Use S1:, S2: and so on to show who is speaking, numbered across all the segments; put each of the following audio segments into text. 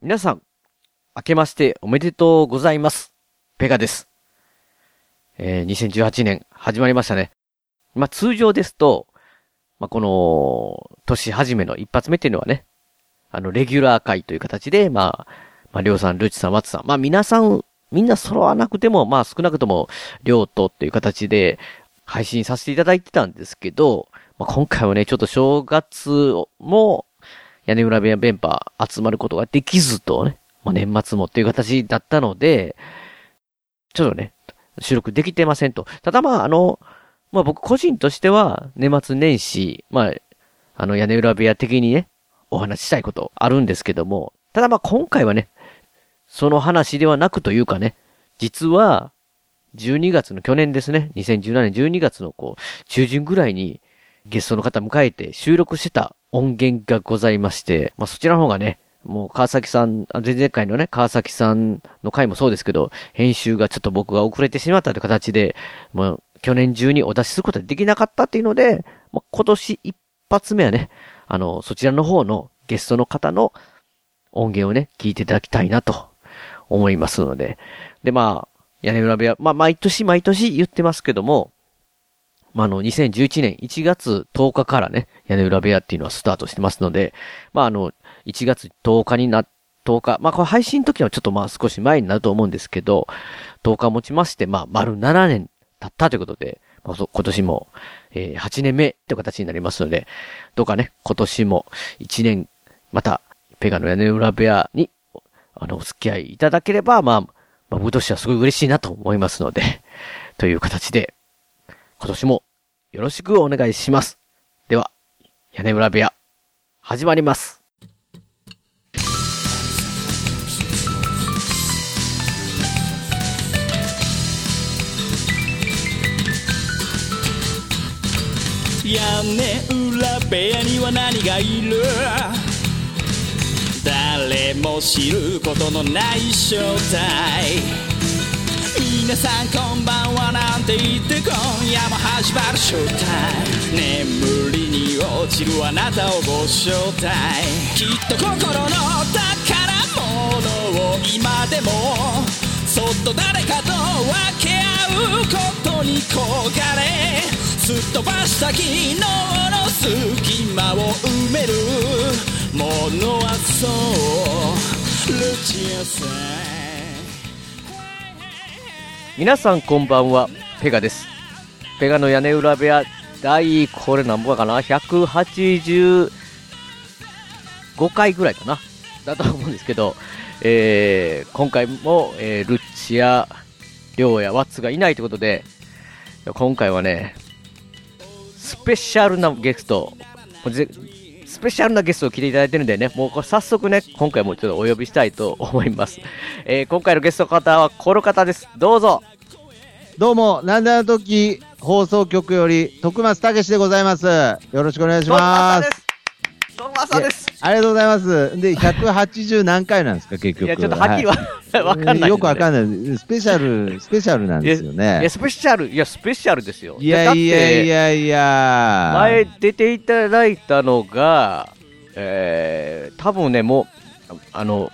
S1: 皆さん、明けましておめでとうございます。ペガです。えー、2018年始まりましたね。まあ、通常ですと、まあ、この、年始めの一発目っていうのはね、あの、レギュラー会という形で、まあ、まあ、りょうさん、ルチさん、ワッツさん、まあ、皆さん、みんな揃わなくても、まあ、少なくとも、りょうとっていう形で、配信させていただいてたんですけど、まあ、今回はね、ちょっと正月をも、屋根裏部屋弁パ集まることができずとね、まあ、年末もっていう形だったので、ちょっとね、収録できてませんと。ただまあ、あの、まあ僕個人としては、年末年始、まあ、あの屋根裏部屋的にね、お話ししたいことあるんですけども、ただまあ今回はね、その話ではなくというかね、実は、12月の去年ですね、2017年12月のこう、中旬ぐらいに、ゲストの方迎えて収録してた音源がございまして、まあ、そちらの方がね、もう川崎さん、あ前々回のね、川崎さんの回もそうですけど、編集がちょっと僕が遅れてしまったという形で、もう去年中にお出しすることができなかったっていうので、まあ、今年一発目はね、あの、そちらの方のゲストの方の音源をね、聞いていただきたいなと思いますので。で、まあ、屋根裏部屋、まあ、毎年毎年言ってますけども、まあ、あの、2011年1月10日からね、屋根裏部屋っていうのはスタートしてますので、まあ、あの、1月10日にな、10日、まあ、これ配信の時はちょっとまあ少し前になると思うんですけど、10日持ちまして、まあ、丸7年経ったということで、まあ、そ今年も、えー8年目という形になりますので、どうかね、今年も1年、また、ペガの屋根裏部屋に、あの、お付き合いいただければ、まあ、まあ、僕としてはすごい嬉しいなと思いますので、という形で、今年もよろしくお願いします。では、屋根裏部屋、始まります。
S2: 屋根裏部屋には何がいる誰も知ることのない正体皆さんこんばんはなんて言って今夜も始まる正体眠りに落ちるあなたをご招待きっと心の宝物を今でもそっと誰かと分け合うことに焦がれすっ飛ばした昨日の隙間を埋めるものはそうルチアさ
S1: 皆さんこんばんは、ペガです。ペガの屋根裏部屋、第、これなんぼやかな ?185 回ぐらいかなだと思うんですけど、えー、今回も、えー、ルッチや、りょうや、ワッツがいないということで、今回はね、スペシャルなゲスト、これぜスペシャルなゲストを来ていただいてるんでね、もうこれ早速ね、今回もちょっとお呼びしたいと思います。えー、今回のゲストの方はこの方です。どうぞ。
S3: どうも、なんだの時放送局より徳松たけしでございます。よろしくお願いします。
S1: どうも朝です。
S3: ありがとうございます。で、180何回なんですか、
S1: ど
S3: 結
S1: うも朝です。いや、ちょ
S3: 局。
S1: っとはっきりわ、わかんない、
S3: よくわか
S1: ん
S3: んない。スペシャル、スペシャルなんですよ
S1: いや、
S3: ね。
S1: スペシャル、いや、スペシャルですよ。
S3: いやいやいやいや。
S1: だって前出ていただいたのが、えー、多分ね、もう、あの、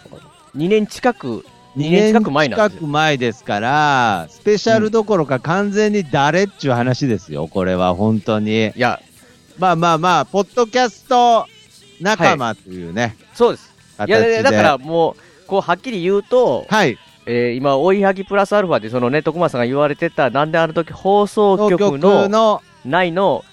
S1: 2年近く、2年近く前なんです
S3: 近
S1: よ。
S3: く前ですから、スペシャルどころか完全に誰っちゅう話ですよ、これは、本当に。
S1: いや、
S3: まあまあまあ、ポッドキャスト仲間というね、
S1: そうです。いや
S3: 形
S1: い
S3: で。
S1: や、だから、もう、こう、はっきり言うと、
S3: はい。
S1: えー今、追いはぎプラスアルファで、そのね、徳間さんが言われてた、なんであの時放送局の
S3: の
S1: 内の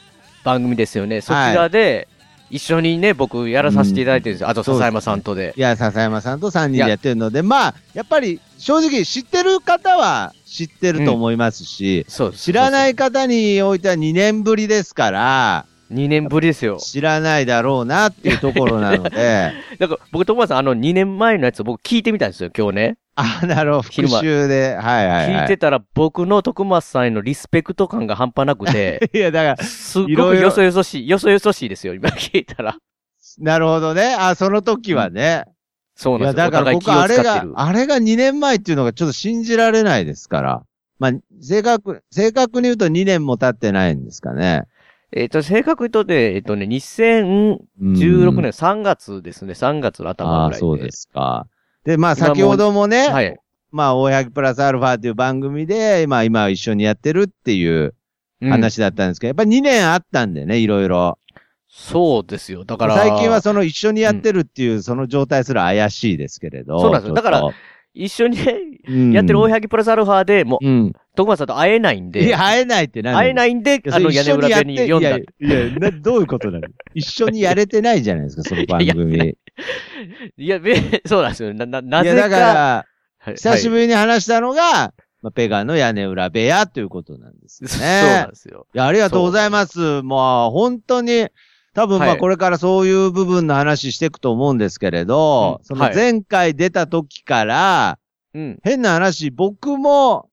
S1: 番組ですよね。そちらで、一緒にね、僕、やらさせていただいてるんですよ。あと、笹山さんとで。
S3: いや笹山さんと3人
S1: いや
S3: でやってるのでまあやっぱり正直知ってる方は知ってると思いますし、
S1: そうです。
S3: 知らないい方においては2年ぶりですから
S1: 2年ぶりですよ。
S3: 知らないだろうなっていうところなの で
S1: だから、僕、徳間さん、あの、2年前のやつ、僕、聞いてみたんですよ、今日ね。
S3: あなるほど復
S1: 昼間
S3: 習ではいはい、はい、
S1: 聞いてたら、僕の徳松さんへのリスペクト感が半端なく て、
S3: いやだから
S1: すっごく
S3: いろいろ
S1: よそよそしい、よそよそしいですよ、今聞いたら。
S3: なるほどねあその時はね、
S1: そう
S3: い
S1: な
S3: や
S1: んですよ。
S3: だ
S1: お
S3: か
S1: 互
S3: ら
S1: い
S3: 僕
S1: 気を使
S3: あれ
S1: って
S3: が
S1: る。
S3: あれが2年前っていうのがちょっと信じられないですからまあ正確正確に言うと2年も経ってないんですかね
S1: えっと、正確に言うとね、えっとね、2016
S3: うん
S1: 年3月ですね、3月の頭ぐらい
S3: あ
S1: で。
S3: あ、そうですか。で、まあ先ほどもね、
S1: はい。
S3: まあ、大八木プラスアルファという番組で、まあ今一緒にやってるっていう
S1: うん
S3: 話だったんですけど、やっぱ2年あったんでね、いろいろ。
S1: そうですよ。だから、
S3: 最近はその一緒にやってるっていう、その状態すら怪しいですけれど。
S1: そうなんですよ
S3: ちょっと
S1: だから、一緒に
S3: うん
S1: やってる大八木プラスアルファでもう、
S3: うん。
S1: 徳松さんと会えないんで、
S3: いや、会えないって何。
S1: 会えないいんで、あ
S3: それ
S1: の屋
S3: 一
S1: 根
S3: 緒にやっ
S1: 裏
S3: て
S1: 手に読んだって。
S3: いやいやなどういうことなの一緒にやれてないじゃないですか、その番 組。い
S1: いや、 べそうなんですよ。な、な、なぜ
S3: や、
S1: か。
S3: だから、
S1: はい
S3: 久し
S1: は
S3: ぶりに話したのが、まあ、ペガの屋根裏部屋ということなんで
S1: い
S3: すね。
S1: そうなんですよ。
S3: いや、ありがとうございます。まあ、本当に、多分ま
S1: は
S3: あ、
S1: い
S3: これからそういう部分の話していくと思うんですけれど、
S1: うん
S3: その
S1: はい
S3: 前回出た時から、
S1: うん。
S3: 変な話、僕も、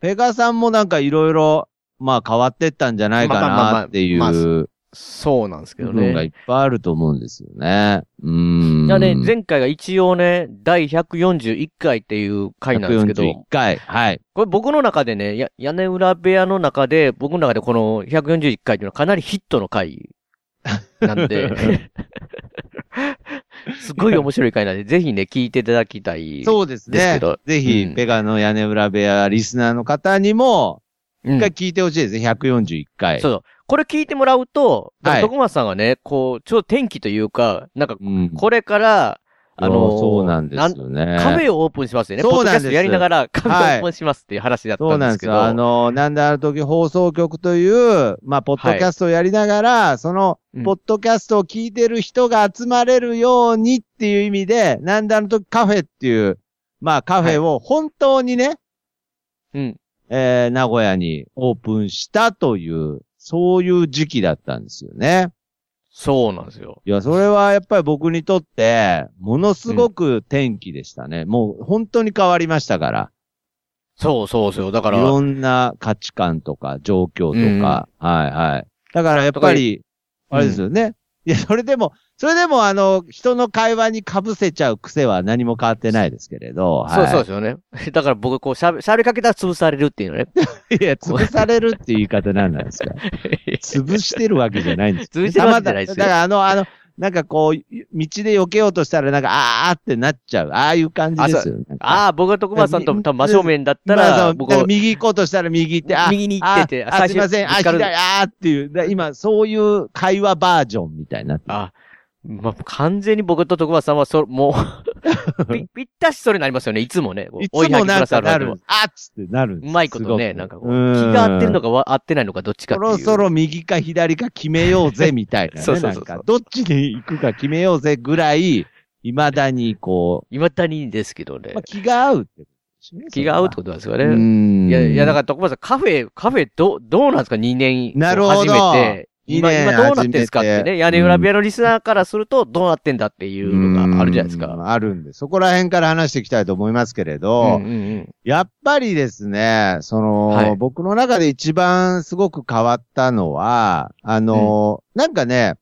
S3: ペガさんもなんかいろいろ、まあ変わってったんじゃないか
S1: まあまあまあま
S3: な
S1: あ
S3: っていう
S1: まあ
S3: 部
S1: そうなんですけど
S3: 分がい
S1: ね。
S3: っぱいあると思うんですよね。うーん。
S1: いやね、前回が一応ね、第141回っていう回なんですけ
S3: 141
S1: ど、
S3: 回。はい。
S1: これ僕の中でね、や屋根裏部屋の中で、僕の中でこの141回っていうのはかなりヒットの 回なんで、 すごい面白い回なんで、ぜひね、聞いていただきたい。う。
S3: そうです
S1: です
S3: ね
S1: けど。
S3: ぜひ
S1: う、ん
S3: ペガの屋根裏部屋リスナーの方にも、
S1: ん
S3: 一回聞いてほしいですね。141回。
S1: そうそう。これ聞いてもらうと、だから
S3: はい
S1: 徳松さんがね、こう、ちょっと天気というか、なんか、
S3: うん
S1: これから、あのー
S3: そうなんですよね。
S1: カフェをオープンしますよね。
S3: そうなん
S1: ポッド
S3: です
S1: キャストやりながらカフェをオープンしますっていう話だった
S3: そうん
S1: で
S3: なん
S1: すけ
S3: です
S1: ど。
S3: よ。あの、なんである時放送局という、まあ、ポッドキャストをやりながら、その
S1: うん、
S3: ポッドキャストを聞いてる人が集まれるようにっていう意味で、なんであの時カフェっていう、まあ、カフェを本当にね、
S1: うん。
S3: えー、名古屋にオープンしたという、そういう時期だったんですよね。
S1: そうなんですよ。
S3: いや、それはやっぱり僕にとって、ものすごく転機でしたね。もう本当に変わりましたから。
S1: そうそうそう。だか
S3: い
S1: ら、
S3: ろんな価値観とか状況とか、はいはい。だからやっぱり、
S1: とか
S3: あれですよね。いや、それでも、それでもあの、人の会話に被せちゃう癖は何も変わってないですけれど、
S1: そうそう
S3: は
S1: ですよね。 だから僕、こう、しゃべ、しゃべりかけたら潰されるっていうのね。
S3: い。いや、潰されるっていう言い方なんな んですか潰してるわけじゃないんですよ
S1: 潰してるわけじゃないですよ
S3: たまただからあの、あの、なんかこう、道で避けようとしたらなんか、あーってなっちゃう。ああいう感じですよね。
S1: あ
S3: あ、
S1: あ、僕が徳松さんと多分真正面だった
S3: まあそ
S1: ら、
S3: う
S1: 僕
S3: だか
S1: は
S3: ら、右行こうとしたら右行って、あー
S1: 右に行ってて、
S3: あ、すいません、あ、
S1: ぶつかる
S3: 左、あーっていう、だ今、そういう会話バージョンみたいになってる
S1: あ、まあ、完全に僕と徳松さんは、そ、もう ぴ、ぴったしそれになりますよね、いつもね。
S3: い
S1: 追
S3: つもな
S1: 吐き
S3: んか
S1: プラスア
S3: な
S1: ルファでも
S3: る。あっつってなるんです
S1: うまいことね、
S3: すごく
S1: なんかこう、気が合ってるの
S3: うん
S1: かわ合ってないのか、どっちかっ
S3: そ
S1: ていう。
S3: ろそろ右か左か決めようぜみたい な
S1: そう
S3: ね。
S1: そ
S3: な
S1: うそ
S3: ん
S1: うそう
S3: か、どっちに行くか決めようぜぐらい、未だにこ
S1: 未だにですけどね
S3: う、まあ、。気が合うってことですね
S1: 気が合うってことなんですか
S3: それはう
S1: ね。
S3: ん
S1: いや、いや、だから、徳松さん、カフェ、カフェ、どう、どうなんですか ?2 年。
S3: なるほ
S1: 初
S3: ど
S1: めて。今、
S3: 二年
S1: 今どうなってんですかっ
S3: 初めて
S1: てね。屋根裏部屋のリスナーからすると、どうなってんだっていうのがあるじゃないです
S3: うん
S1: か。
S3: あるんで、そこら辺から話していきたいと思いますけれ
S1: う
S3: ど、
S1: んうんうん。
S3: やっぱりですね、その、
S1: はい
S3: 僕の中で一番すごく変わったのは、あの、なんかね、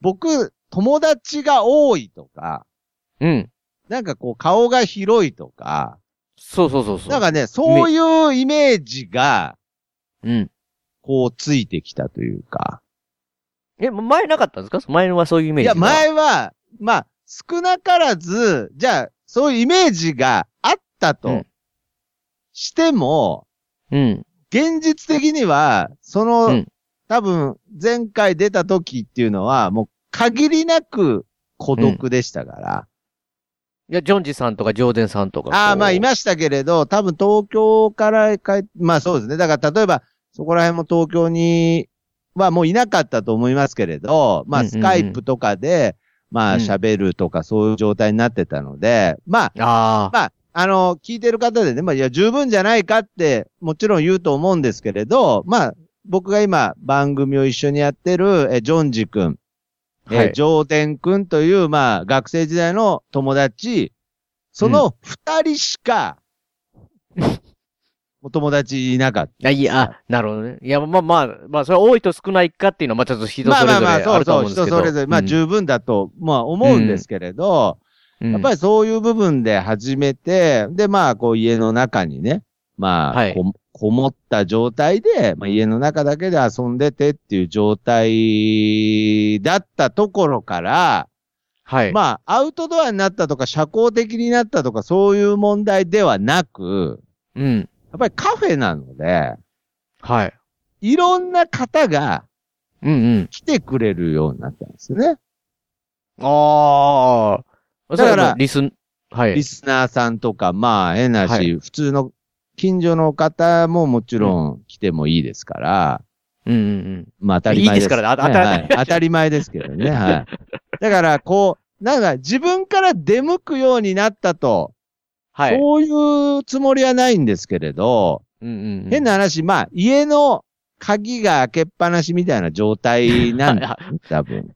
S3: 僕、友達が多いとか、
S1: うん。
S3: なんかこう顔が広いとか、
S1: そうそうそうそう。
S3: なんかね、そういうイメージが、
S1: うん。
S3: こうついてきたというか。
S1: え、前なかったんですか前はそういうイメー
S3: い
S1: ジが。
S3: や、前は、まあ、少なからず、じゃあ、そういうイメージがあった
S1: う
S3: と
S1: ん
S3: しても、
S1: うん。
S3: 現実的には、その、
S1: うん
S3: 多分、前回出た時っていうのは、もう限りなく孤独でしたから。
S1: いや、ジョンジさんとか、ジョーデンさんとか。
S3: ああ、まあ、い
S1: 今
S3: ましたけれど、多分東京から帰っ、まあそうですね。だから例えば、そこら辺も東京にはもういなかったと思いますけれど、ま
S1: うん
S3: あ
S1: うんうん
S3: スカイプとかで、まあ
S1: うん
S3: 喋るとかそういう状態になってたので、まあ、
S1: ああ。
S3: まあ、あの、聞いてる方でね、まあ、いや、十分じゃないかって、もちろん言うと思うんですけれど、まあ、僕が今、番組を一緒にやってる、え、ジョンジ君、え、
S1: はい
S3: ジョーデン君という、まあ、学生時代の友達、その二人 しか、お友達いなかっ
S1: あ、いや、あなるほどね。いや、まあまあ、まあ、それは多いと少ないかっていうのは、まあちょっと
S3: た。
S1: 人それぞれ
S3: まあまあま
S1: あ
S3: あ、そ
S1: る
S3: う
S1: と思ん
S3: そうう、
S1: です
S3: 人
S1: けど。
S3: それぞれ、まあ、十分だと、まあ、思うんですけれど、
S1: うん、
S3: やっぱ
S1: り、
S3: りそういう部分で始めて、で、まあ、こう家の中にね、まあ、
S1: はい
S3: こ、こもった状態で、まあ、家の中だけで遊んでてっていう状態だったところから、
S1: はい。
S3: まあ、アウトドアになったとか、社交的になったとか、そういう問題ではなく、
S1: うん。
S3: やっぱりカフェなので、
S1: はい。
S3: いろんな方が
S1: うんうん。
S3: 来てくれるようになったんですね。
S1: ああ。
S3: だから
S1: それはリスン、はい。
S3: リスナーさんとか、まあ、えなし、
S1: はい
S3: 普通の近所の方ももちろん来てもいいですから、
S1: うんうん
S3: まあ当たり前です。
S1: いいですからねあ
S3: ね
S1: 当た
S3: はい当たり前ですけど ね。はい。だから、こう、なんか自分から出向くようになったと、
S1: はい。
S3: そういうつもりはないんですけれど、
S1: うんうんうん
S3: 変な話、まあ、家の鍵が開けっぱなしみたいな状態なんだ、ね、多分。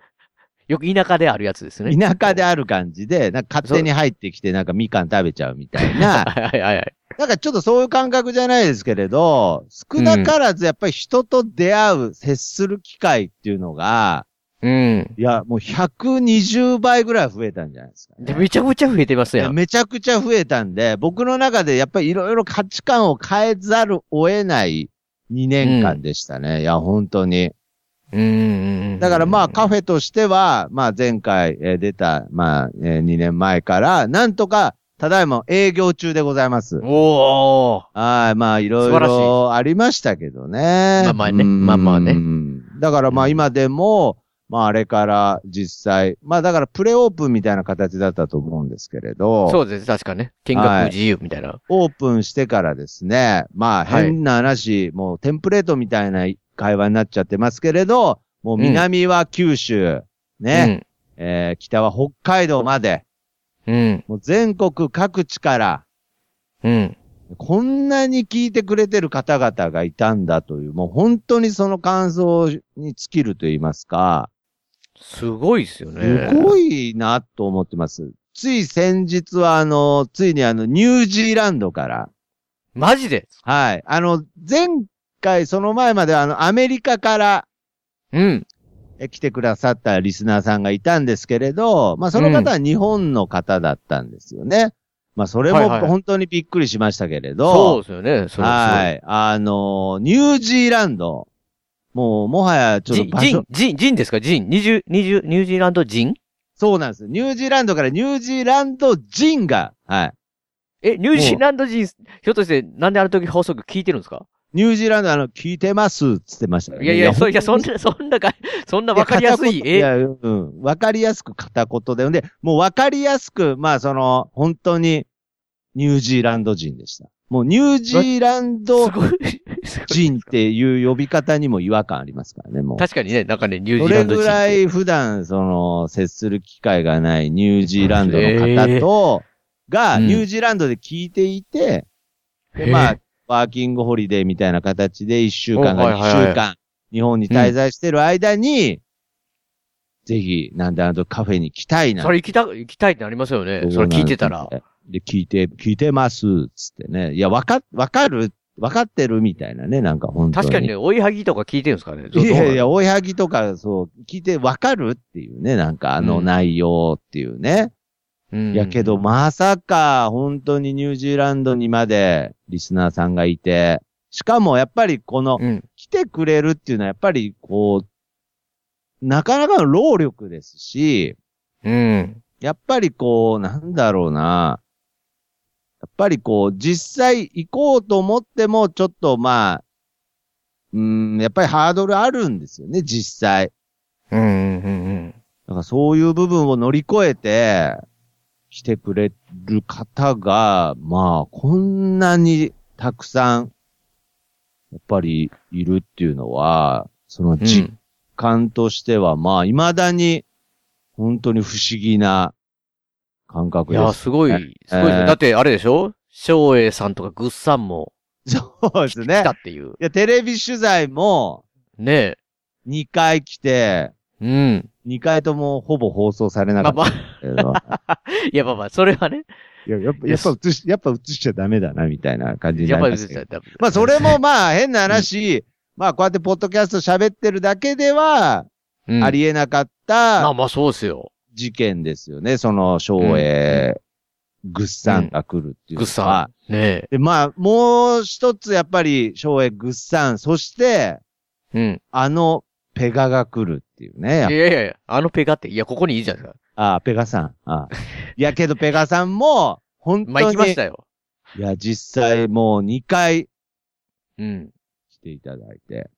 S1: よく田舎であるやつですね。
S3: 田舎である感じで、なんか勝手に入ってきて、なんかみかん食べちゃうみたい な。
S1: はいはいはいはい。
S3: なんかちょっとそういう感覚じゃないですけれど、少なからずやっぱり人と出会う、接する機会っていうのが、
S1: うん。
S3: いや、もう120倍ぐらい増えたんじゃないですか、ね。
S1: でめちゃくちゃ増えてます
S3: い
S1: や
S3: や
S1: ん。
S3: めちゃくちゃ増えたんで、僕の中でやっぱりいろいろ価値観を変えざるを得ない2年間でしたね。いや、本当に。
S1: うんうんうん。
S3: だからまあカフェとしては、まあ前回えー出た、まあえー2年前から、なんとか、ただいま営業中でございます。
S1: おー。
S3: はい、まあいろ
S1: 素
S3: い
S1: 晴らし
S3: ろありましたけどね。
S1: まあまあね
S3: うん
S1: まあまあね
S3: うんだからまあ今でも、まああれから実際、まあだからプレオープンみたいな形だったと思うんですけれど、
S1: そうです、確かね。見
S3: はい
S1: 学自由みたいな。
S3: オープンしてからですね、まあ
S1: はい
S3: 変な話、もうテンプレートみたいな会話になっちゃってますけれど、もう南は九州、ね、えー北は北海道まで、
S1: うん。うん。
S3: もう全国各地から、
S1: うん。
S3: こんなに聞いてくれてる方々がいたんだという、もう本当にその感想に尽きると言いますか、
S1: すごいですよね。
S3: すごいなと思ってます。つい先日はあの、ついにあの、ニュージーランドから、
S1: マジで
S3: はい、あの、前回その前まではあの、アメリカから
S1: うん。
S3: え来てくださったリスナーさんがいたんですけれど、まあその方は日本の方だったんですよね。まあそれ
S1: はい
S3: も
S1: はい
S3: 本当にびっくりしましたけれど、
S1: そうですよね。それ。
S3: はいい。あのー、ニュージーランド。もう、もはや、ちょっ
S1: ジ
S3: と
S1: ン、
S3: 場
S1: ジ
S3: 所
S1: ン、、ジン、ジンですかジン。二十、二十、ニュージーランドジン
S3: そうなんです。ニュージーランドからニュージーランド人が、はい。
S1: え、ニュージーランド人、ひょっとして、なんであの時放送局聞いてるんですか
S3: ニュージーランド、あの、聞いてます、つってましたね、
S1: いやいや、そ
S3: ほん
S1: いや、そんな、そんなか、そんなわかりやすい、
S3: い
S1: え、
S3: や、うん。わかりやすく片言で。んで、もうわかりやすく、まあ、その、本当に、ニュージーランド人でした。もう、ニュージーラン
S1: す
S3: ド
S1: ごい。すごい
S3: 人っていう呼び方にも違和感ありますからね、もう。
S1: 確かにね、なんかね、ニュー
S3: ど
S1: ジーラ
S3: れ
S1: ンド人。
S3: ぐらい普段、その、接する機会がないニュージーランドの方と、が、
S1: うん
S3: ニュージーランドで聞いていて、で、まあ、ワーキングホリデーみたいな形で1週間
S1: おは
S3: が
S1: いは
S3: 2
S1: いはい
S3: 週間、日本に滞在してる間に、ぜひ、なんであのカフェに来たいな。
S1: それ行きた、行きたいってなりますよね。そ
S3: そうな
S1: れ聞い
S3: んです
S1: てたら。。
S3: で、聞いて、聞いてます、つってね。いや、わか、わかる、わかってるみたいなね、なんか本当に。
S1: 確かにね、追いはぎとか聞いてるんですかね。
S3: いやい
S1: や。
S3: や、追いはぎとか、そう、聞いてわかるっていうね、なんかあの
S1: うん
S3: 内容っていうね。
S1: うん
S3: やけど、まさか、本当にニュージーランドにまでリスナーさんがいて、しかもやっぱりこの、
S1: うん。
S3: 来てくれるっていうのはやっぱりこう、なかなかの労力ですし、
S1: うん。
S3: やっぱりこう、なんだろうな。やっぱりこう、実際行こうと思っても、ちょっとまあ、うん、やっぱりハードルあるんですよね、実際。
S1: うん。うん。うん。
S3: だからそういう部分を乗り越えて、来てくれる方が、まあ、こんなにたくさん、やっぱりいるっていうのは、その
S1: うん
S3: 実感としては、まあ、未だに、本当に不思議な感覚
S1: い
S3: で
S1: や、
S3: す。
S1: すごい、すごいですね
S3: えー
S1: だって、あれでしょ翔英さんとかグッさんも
S3: そうです
S1: 来
S3: ね
S1: た。っていう。
S3: いや、テレビ取材も
S1: ね
S3: 2回来て、
S1: え。うん。
S3: 2回ともほぼ放送されな
S1: ま
S3: か
S1: あ
S3: った
S1: まあ、
S3: けど。
S1: いやまあまあ、それはね。
S3: いや、やっぱ、やっぱ映し、やっぱ映しちゃダメだな、みたいな感じに
S1: や
S3: な
S1: っぱ
S3: りま
S1: り
S3: すけど。
S1: だ
S3: まあ、それもまあ、変な話、まあ、こうやってポッドキャスト喋ってるだけでは、
S1: うん
S3: ありえなかっ
S1: まあ
S3: た
S1: まあ、そうですよ。
S3: 事件ですよね。その、昭栄、ぐっさんが来るっていうのは。
S1: グッさん。ね
S3: で、まあ、もう一つ、やっぱり、昭栄、ぐっさん、そして、
S1: え。うん。
S3: あの、ペガが来るっていうね。やっ
S1: い
S3: ぱ
S1: やいやいや、あのペガって、いや、ここにいいじゃないですか。
S3: ああ、ペガさん。ああいやけどペガさんも、本当に。
S1: まあ、行きましたよ。
S3: いや、実際もう2回
S1: うん。
S3: 来ていただいて。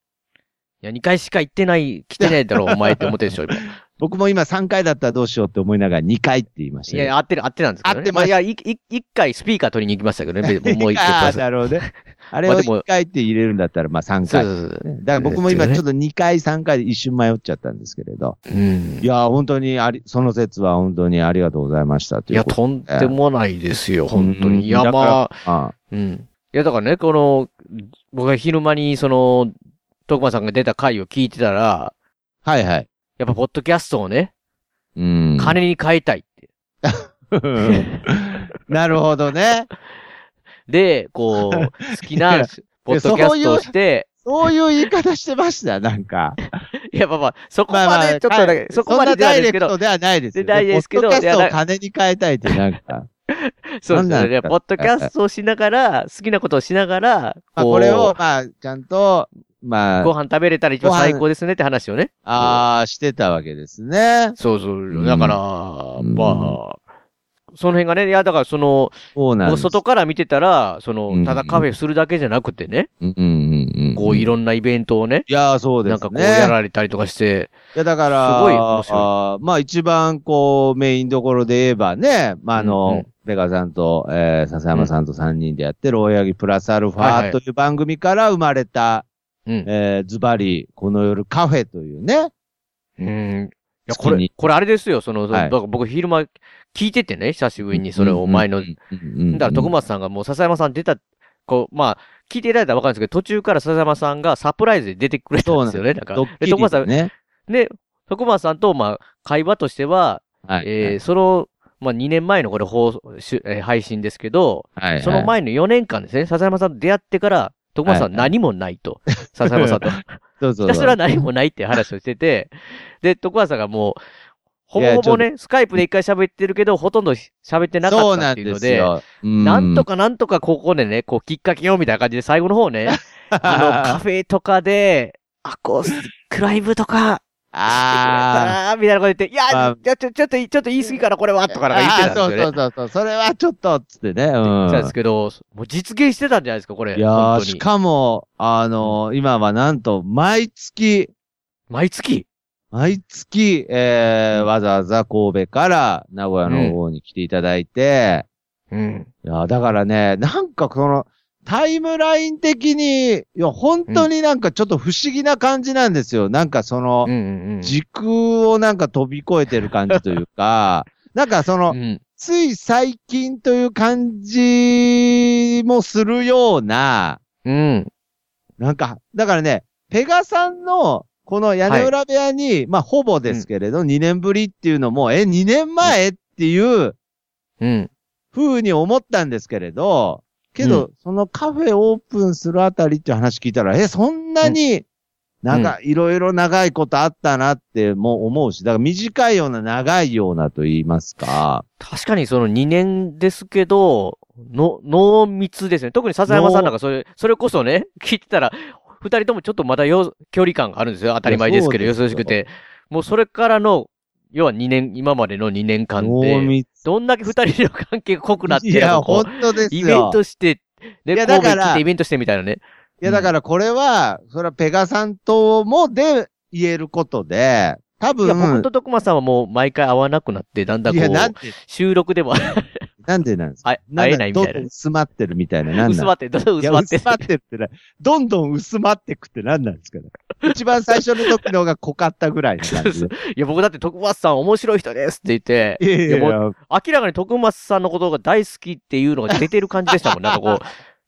S1: いや、2回しか行ってない、来てないだろ、お前って思ってるでしょ、今。い
S3: 僕も今3回だったらどうしようって思いながら2回って言いました
S1: やい
S3: けど。
S1: や、合ってる、合ってたんですけど、ね。
S3: 合ってます
S1: あいや、いい一回スピーカー取りに行きましたけどね、 別にもう一回
S3: ああ、
S1: そう
S3: なるほどね。あれを
S1: まあでも
S3: 1回って入れるんだったら、まあ3
S1: そう
S3: 回。
S1: そう。
S3: ねだから僕も今ちょっと2回3回で一瞬迷っちゃったんですけれど。
S1: うん。
S3: いや、本当にあり、その説は本当にありがとうございましたと
S1: い
S3: い
S1: や、
S3: うこと。
S1: とんでもないですよ、
S3: うん
S1: 本当に。いや、
S3: だから
S1: まあ、
S3: ああ
S1: うん。いや、だからね、この、僕が昼間に、その、徳間さんが出た回を聞いてたら、
S3: はいはい。
S1: やっぱ、ポッドキャストをね、
S3: うん。
S1: 金に変えたいって。
S3: なるほどね。
S1: で、こう、好き
S3: いや
S1: な、ポッドキャストをして、
S3: そういう言い方してました、なんか。
S1: いや、まあまあ、そこまで、ちょっとだけ、
S3: はい
S1: そこまで
S3: んな
S1: では
S3: ダ
S1: ない
S3: イ
S1: ですけ
S3: レク
S1: ど
S3: ト、ではないですよね。
S1: ないですけど
S3: ポッドキャス
S1: い
S3: ト
S1: や
S3: を金に変えたいって、なんか。
S1: そう
S3: そん
S1: で
S3: なん
S1: すね。ポッドキャストをしながら、好きなことをしながら、
S3: まあ、
S1: う
S3: これを、まあ、ちゃんと、ま
S1: ご
S3: あ、
S1: 飯食べれたら一番最高ですねって話をね。
S3: ああ、してたわけですね。
S1: そうそう。だから、
S3: うん
S1: まあ、その辺がね、いや、だからその、
S3: そうなん
S1: もう
S3: です。
S1: 外から見てたら、そ
S3: う
S1: の、
S3: ん
S1: ただカフェするだけじゃなくてね、
S3: うんうんうんうん。
S1: こういろんなイベントをね、
S3: いやー、そうですね。
S1: なんかこうやられたりとかして、
S3: いや、だから、
S1: すごい面白い
S3: あーまあ一番こう、メインどころで言えばね、まああ
S1: うんう
S3: の
S1: ん、
S3: ベガさんと、えー、笹山さんと3人でやってる、大八木プラスアルフ
S1: はいは
S3: ァ
S1: い
S3: という番組から生まれた、
S1: うん。
S3: えー、ズバリ、この夜カフェというね。
S1: うん。いや、
S3: 月
S1: こ
S3: に
S1: れ、これあれですよ、その、
S3: はい
S1: 僕僕昼間聞いててね、久しぶりにそれをお前の、
S3: う
S1: だ
S3: んうんうんうん
S1: から徳松さんがもう笹山さん出た、こう、まあ、聞いていただいたらわかるんですけど、途中から笹山さんがサプライズで出てくれたんですよね、なんか
S3: ド。ッキ
S1: で徳松さ
S3: リ
S1: ん
S3: ね。
S1: で、徳松さんと、まあ、会話としては、
S3: はい。
S1: えー、その、まあ、2年前のこれ放送、しゅえー配信ですけど、
S3: はいはい
S1: その前の4年間ですね、笹山さんと出会ってから、徳松さん
S3: はいは
S1: 何もないと。笹山さん と。ひ
S3: そうそうそう
S1: たすら何もないって話をしてて、で、徳松さんがもう、ほぼほぼね、スカイプで一回喋ってるけど、ほとんど喋ってなかったっていうので、
S3: そ
S1: な
S3: うなん
S1: ん
S3: です
S1: と
S3: よ。
S1: かなんとかここでね、こうきっかけをみたいな感じで最後の方 ね、
S3: か
S1: あのカフェとかで、アコースティックライブとか、
S3: あ
S1: あーみたいなこと言って、いや、
S3: まあ
S1: いやちょちょっと、ちょっと言い過ぎかな、これは、と
S3: ー
S1: かなんか言ってた
S3: あー、
S1: んですよね。
S3: そうそうそうそう。それはちょっと、つってね。う
S1: 言っ
S3: ん
S1: てたんですけど、もう実現してたんじゃないですか、これ。
S3: いや
S1: 本
S3: ー、
S1: 当に
S3: しかも、あのー今はなんと、毎月、
S1: 毎月
S3: 毎月、えー、わざわざ神戸から名古屋の方に来ていただいて、
S1: うん。
S3: いやーだからね、なんかその、タイムライン的に、いや、本当になんかちょっと不思議な感じなんですよ。なんかその
S1: うん、うんうん。
S3: 時空をなんか飛び越えてる感じというか、なんかその
S1: う、ん。
S3: つい最近という感じもするような、
S1: うん。
S3: なんか、だからね、ペガさんの、この屋根裏部屋に、まあ、ほぼですけれど、2年ぶりっていうのも、え、2年前っていう
S1: うん。
S3: 風に思ったんですけれど、けど、そのカフェオープンするあたりっていう話聞いたら、え、そんなに、なんか、いろいろ長いことあったなってもう思うし、だから短いような長いようなと言いますか。
S1: 確かにその2年ですけど、の、濃密ですね。特に笹山さんなんかそれ、それこそね、聞いてたら、二人ともちょっとまだよ、距離感があるんですよ。当たり前ですけど、
S3: いや
S1: よ
S3: そ
S1: そうよ
S3: です
S1: しく
S3: よ
S1: て。もうそれからの、要は2年、今までの2年間
S3: 濃
S1: で、
S3: 密。
S1: どんだけ二人の関係が濃くなって
S3: い
S1: る
S3: や、
S1: のか
S3: 本当ですよ。
S1: イベントして、
S3: い
S1: ね、神
S3: やだ
S1: 戸
S3: から
S1: 来てイベントしてみたいなね。
S3: いや、だからこれは、それはペガさんともで言えることで、多
S1: い
S3: 分、
S1: や、僕と徳間さんはもう毎回会わなくなって、だんだん
S3: い
S1: こ
S3: やなん
S1: う、
S3: で、
S1: 収録でも
S3: なんでなんですか
S1: 会会えないみたい
S3: どんど
S1: な。
S3: ん薄まってるみたいな、なんなん
S1: 薄まって、どんどん
S3: いや
S1: 薄まって
S3: 薄。まってってね、どんどん薄まってくってなんなんですかね。一番最初の時の方が濃かったぐらいの 感じで。
S1: いや、僕だって徳松さん面白い人ですって言って、
S3: いやいやい
S1: いや
S3: や、
S1: 明らかに徳松さんのことが大好きっていうのが出てる感じでしたもん。なんかこう、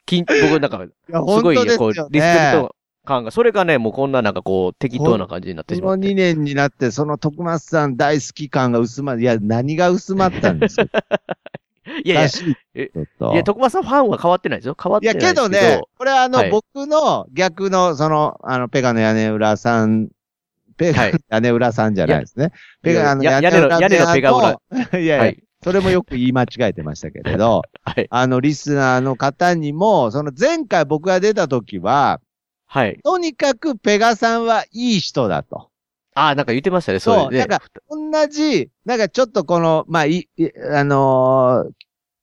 S1: きん僕なんか、す
S3: いや
S1: ご
S3: 本
S1: い、
S3: 当です
S1: こう、
S3: よ
S1: リスペク
S3: ね。
S1: ト感が、それがね、もうこんななんかこう、適当な感じになって
S3: こ
S1: しま
S3: の
S1: って。
S3: 2年になって、その徳松さん大好き感が薄まる。いや、何が薄まったんですか
S1: いやいや、
S3: しい
S1: え
S3: こと
S1: いや、徳松さんファンは変わってないですよ。変わっ
S3: い
S1: てな
S3: や、
S1: いです
S3: け
S1: けど。
S3: どね、これはあの、
S1: はい
S3: 僕の逆の、その、あの、ペガの屋根裏さん、ペガ、
S1: はい
S3: 屋根裏さんじゃないですね。ペガ、あの、
S1: いや
S3: 屋根のペガ
S1: 屋
S3: 裏。いやいや、
S1: はい。
S3: それもよく言い間違えてましたけれど、
S1: はい。
S3: あの、リスナーの方にも、その前回僕が出た時は、
S1: はい。
S3: とにかくペガさんはいい人だと。
S1: ああ、なんか言ってましたね、そ
S3: そう、
S1: れ
S3: な
S1: ね
S3: ん。か、同じ、なんかちょっとこの、まあ、い、いあのー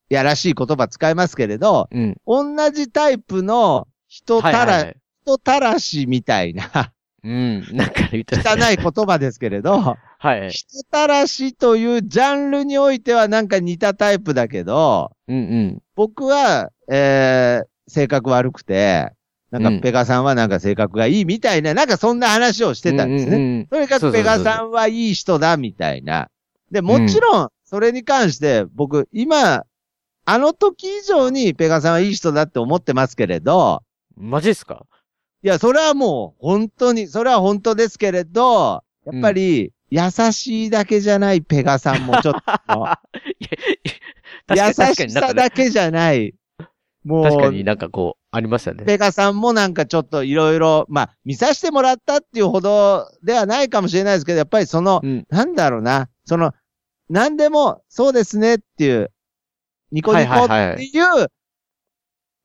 S3: やらしい言葉使いますけれど、
S1: うん。
S3: 同じタイプの人たら、
S1: はいはいはい
S3: 人たらしみたいな、
S1: うん。なんか言ってました
S3: 汚
S1: ね。
S3: い言葉ですけれ ど、
S1: はい。
S3: 人たらしというジャンルにおいてはなんか似たタイプだけど、
S1: うんうん。
S3: 僕は、えー、性格悪くて、なん
S1: う
S3: か
S1: ん
S3: ペガさんはなんか性格がいいみたいな、なんかそんな話をしてたんですね。
S1: うんうんうん
S3: とにか
S1: そう
S3: く
S1: そう
S3: ペ
S1: そうそ
S3: ガ
S1: う
S3: さんはいい人だみたいな。で、もちろん、それに関して僕、今、あの時以上にペガさんはいい人だって思ってますけれど、
S1: マジですか
S3: いや、それはもう本当に、それは本当ですけれど、やっぱり、優しいだけじゃないペガさんもちょっ と、
S1: 確かに、
S3: 優
S1: 確か
S3: し
S1: になん
S3: さ
S1: かね、
S3: だけじゃない、も
S1: 確か
S3: う、
S1: になんかこう、ありましたね。
S3: ペガさんもなんかちょっといろいろ、まあ、見させてもらったっていうほどではないかもしれないですけど、やっぱりその、
S1: うん。
S3: なんだろうな、その、なんでも、そうですねっていう、ニコニコ
S1: は
S3: っ
S1: いはいはい
S3: ていう、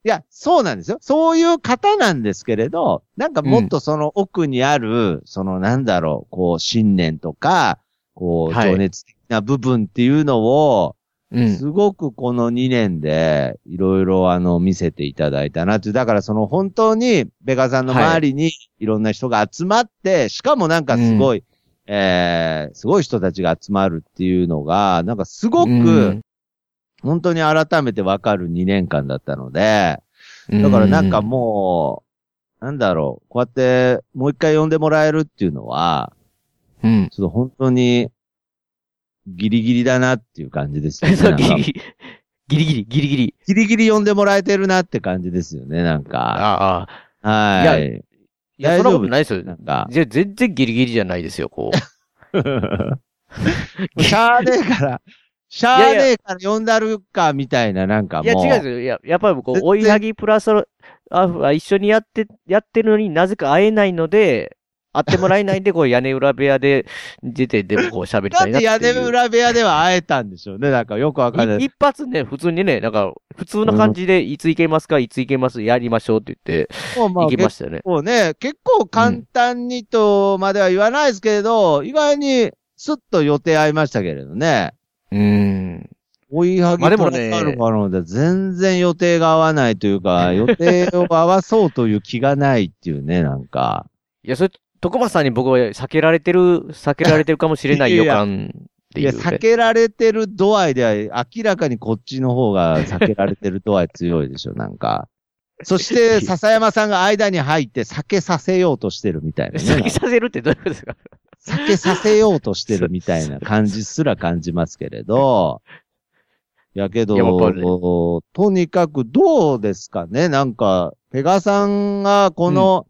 S3: いや、そうなんですよ。そういう方なんですけれど、なんかもっとその奥にある、そのなんだろう、こう、信念とか、こう、
S1: はい
S3: 情熱的な部分っていうのを、
S1: うん。
S3: すごくこの2年で、いろいろあの、見せていただいたなっていう。だからその本当に、ベガさんの周りにいろんな人が集まって、しかもなんかすごい、えー、すごい人たちが集まるっていうのが、なんかすご
S1: う
S3: く
S1: ん、
S3: 本当に改めてわかる2年間だったので、
S1: だ
S3: だからなんかもう、なんだろう、こうやってもう一回呼んでもらえるっていうのは、
S1: うん、うん。
S3: ちょっと本当に、ギリギリだなっていう感 じですよね。
S1: そう
S3: なんか
S1: ギリギリ、ギリギリ、ギリギリ。
S3: ギリギリ呼んでもらえてるなって感じですよね、なんか。
S1: ああ。
S3: はい。
S1: いや、
S3: 大
S1: そん
S3: 丈
S1: な
S3: 夫
S1: ことないですよ。
S3: なんか。
S1: じゃ全然ギリギリじゃないですよ、こう。
S3: シャーねえから、シャーねえから呼んだるか、みたいな、なんか
S1: い
S3: も
S1: や、違
S3: う。
S1: うんですよ。いや、やっぱりこう
S3: 全、然
S1: 追いはぎプラスアフは一緒にやって、やってるのになぜか会えないので、会ってもらえないん で、こう、屋根裏部屋で出て、でもこう喋り
S3: だ
S1: たい
S3: っ
S1: なってていう。
S3: 屋根裏部屋では会えたんでしょうね。なんかよくわかんない
S1: い。一発ね、普通にね、なんか、普通の感じで、いつ行けますか、いつ行けます、やりましょうって言って、
S3: もうまあ
S1: 行きま
S3: 結
S1: したよね。
S3: 構ね、結構簡単にとまでは言わないですけれど、意外にスッと予定合いましたけれどね。
S1: うーん。
S3: 追いはぎ
S1: まあで
S3: と
S1: も
S3: か
S1: ね
S3: あるかので、全然予定が合わないという か、予定を合わそうという気がないっていうね、なんか。
S1: いや、それ、徳松さんに僕は避けられてる、避けられてるかもしれ ない予感って
S3: い
S1: い
S3: や、
S1: うね、
S3: 避けられてる度合いでは、明らかにこっちの方が避けられてる度合い強いでしょ、なんか。 そして、笹山さんが間に入って避けさせようとしてるみたいな、
S1: 避け
S3: ね。
S1: させるってどういうことですか
S3: 避けさせようとしてるみたいな感じすら感じますけれど。やけど、
S1: いややっぱり
S3: とにかくどうですかねなんか、ペガさんがこの、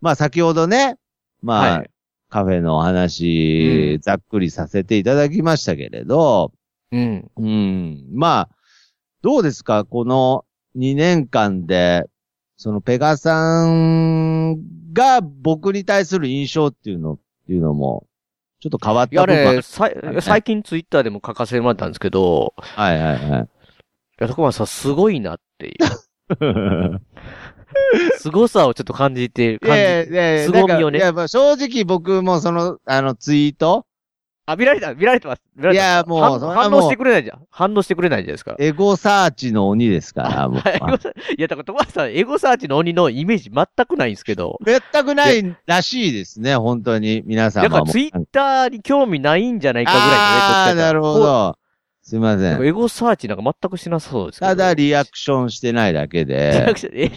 S3: まあ先ほどね、まあ、
S1: はい。
S3: カフェのお話、ざっくりさせていただきましたけれど、
S1: うん。
S3: うん。まあ、どうですかこの2年間で、そのペガさんが僕に対する印象っていうの、っていうのも、ちょっと変わっ
S1: いや
S3: た部分は
S1: ね、さい最近ツイッターでも書かせてもらったんですけど、い
S3: はいはい はい。
S1: や、徳松さんすごいなって いう、凄さをちょっと感じて、
S3: い
S1: 感じ
S3: やいやいや、
S1: 凄みをね
S3: なんかいや、まあ正直僕もその、あの、ツイート、
S1: あ、見られた、見られてます。見ら
S3: い
S1: れてま
S3: や、
S1: す
S3: もう、それ
S1: 反
S3: は
S1: 反応し
S3: もう
S1: て、くれないじゃん。反応してくれないじゃないですか。
S3: エゴサーチの鬼ですから、もう。
S1: はいエゴサいや、だから、徳橋さん、エゴサーチの鬼のイメージ全くないんですけど。
S3: 全くないらしいですね、本当に、皆
S1: だ
S3: 様も。
S1: から、ツイッターに興味ないんじゃないかぐらいのね
S3: ああー、
S1: どっちか
S3: な
S1: ってい
S3: る
S1: うと
S3: ほど。すいませ
S1: なん
S3: ん
S1: か。エゴサーチなんか全くしなさそうですけど。
S3: ただリアクションしてないだけ
S1: リア
S3: で
S1: ク、ション、え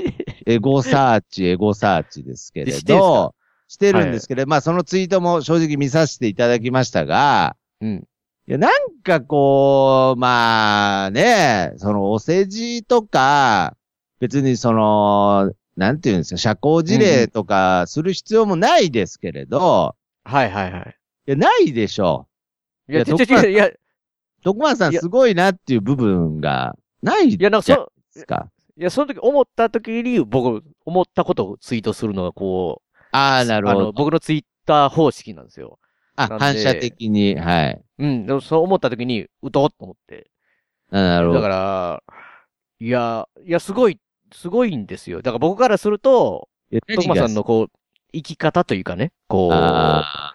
S3: エゴサーチ、エゴサーチですけれ
S1: してるんですか
S3: ど、してるんですけど、まあそのツイートも正直見させていただきましたが、
S1: うん。
S3: いや、なんかこう、まあね、そのお世辞とか、別にその、なんていうんですか、社交辞令とかする必要もないですけれど、
S1: はいはいはい。
S3: いや、ないでしょ
S1: いや、
S3: いや
S1: ちょちょ
S3: 徳松
S1: ちょいや、い
S3: う。徳松さん
S1: いや
S3: すごいなっていう部分がないじゃ
S1: や、
S3: な
S1: ないんかそ
S3: で
S1: の、
S3: すか。
S1: いや、その時思った時に、僕、思ったことをツイートするのが、こう、
S3: ああ、なるほ
S1: の
S3: ど。
S1: 僕のツイッター方式なんですよ。
S3: あ
S1: なん、で
S3: 反射的に、はい。
S1: うん、でもそう思った時に、うとうと思って。
S3: あなるほ
S1: だか
S3: ど。
S1: ら、いや、いや、すごい、すごいんですよ。だから僕からすると、
S3: え、
S1: 徳間さんのこう、生き方というかね、こう、
S3: あ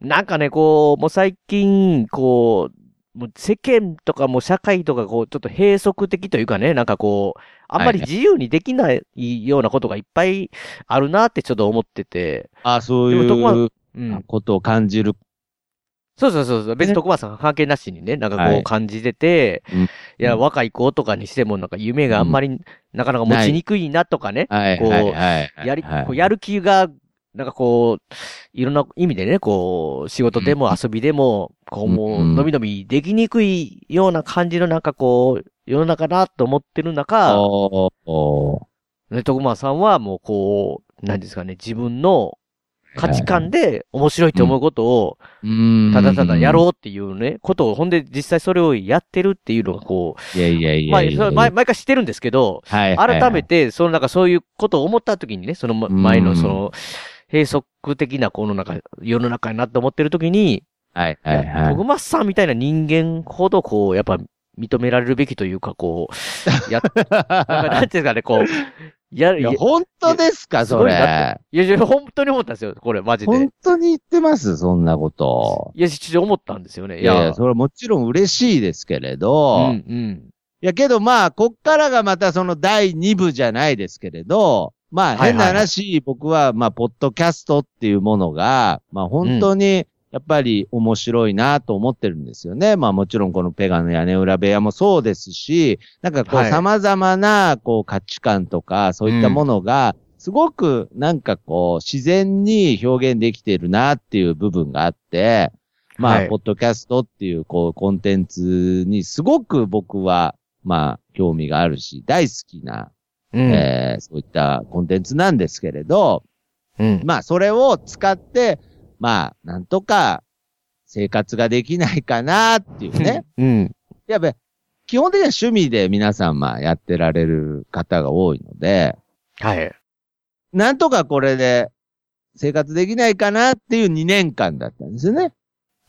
S1: なんかね、こう、もう最近、こう、もう世間とかもう社会とかこう、ちょっと閉塞的というかね、なんかこう、あんまり
S3: はい
S1: 自由にできないようなことがいっぱいあるなってちょっと思ってて、
S3: ーあ、そう
S1: でも徳
S3: い
S1: 間
S3: う
S1: うん。
S3: ことを感じる。
S1: そうそうそうそう、別に
S3: ね
S1: 徳間さん関係なしにね、なんか
S3: は
S1: こう
S3: い
S1: 感じてて、
S3: うん
S1: いや、若い子とかにしてもなんか夢があんまり、なかなか持ちにくいなとかね、
S3: はい、
S1: こう
S3: はい、はい。
S1: やり、
S3: はい
S1: こうやる気が、なんかこう、いろんな意味でね、こう、仕事でも遊びでも、こう、もう、
S3: うん
S1: のびのびできにくいような感じの、なんかこう、世の中だと思ってる中、
S3: おーお
S1: ね、徳間さんはもう、こう、なんですかね、自分の価値観で面白いと思うことを、
S3: ーうーん。
S1: ただただやろうっていうね、ことを、ほんで実際それをやってるっていうのが、こ、
S3: う。いやいやいうや
S1: まあ、
S3: いやいや
S1: それ毎毎回してるんですけど、
S3: はいはいはい
S1: 改めて、そのなんかそういうことを思った時にね、その前の
S3: うん
S1: その、閉塞的なこの中、世の中になって思ってる時に、
S3: はいはいはい。
S1: 徳松さんみたいな人間ほどこう、やっぱ認められるべきというか、こう、 や、なんかなんていうんですかね、こう、やる、
S3: い
S1: いや
S3: や、、本当ですか、
S1: すご
S3: そ
S1: いな
S3: れ。
S1: いやいや本当に思ったんですよ、これ、マジで。
S3: 本当に言ってますそんなこと。
S1: いや、ちょっと思ったんですよね。
S3: いやいや、それはもちろん嬉しいですけれ
S1: う
S3: ど、
S1: ん、う
S3: い
S1: ん。
S3: やけどまあ、こっからがまたその第2部じゃないですけれど、まあ
S1: はいはい
S3: 変な話、僕はまあ、ポッドキャストっていうものが、まあ本当に、やっぱり面白いなと思ってるんですよね。まあもちろんこのペガの屋根裏部屋もそうですし、なんかこう
S1: はい
S3: 様々なこう価値観とかそういったものが、すごくなんかこう自然に表現できてるなっていう部分があって、まあ、
S1: はい
S3: ポッドキャストっていうこうコンテンツにすごく僕はまあ興味があるし、大好きな、
S1: うん。
S3: えーそういったコンテンツなんですけれど、
S1: うん。
S3: まあ、それを使って、まあ、なんとか、生活ができないかなっていうね。
S1: うん。
S3: やっぱり、基本的には趣味で皆さん、まあ、やってられる方が多いので、
S1: はい。
S3: なんとかこれで、生活できないかなっていう2年間だったんですよね。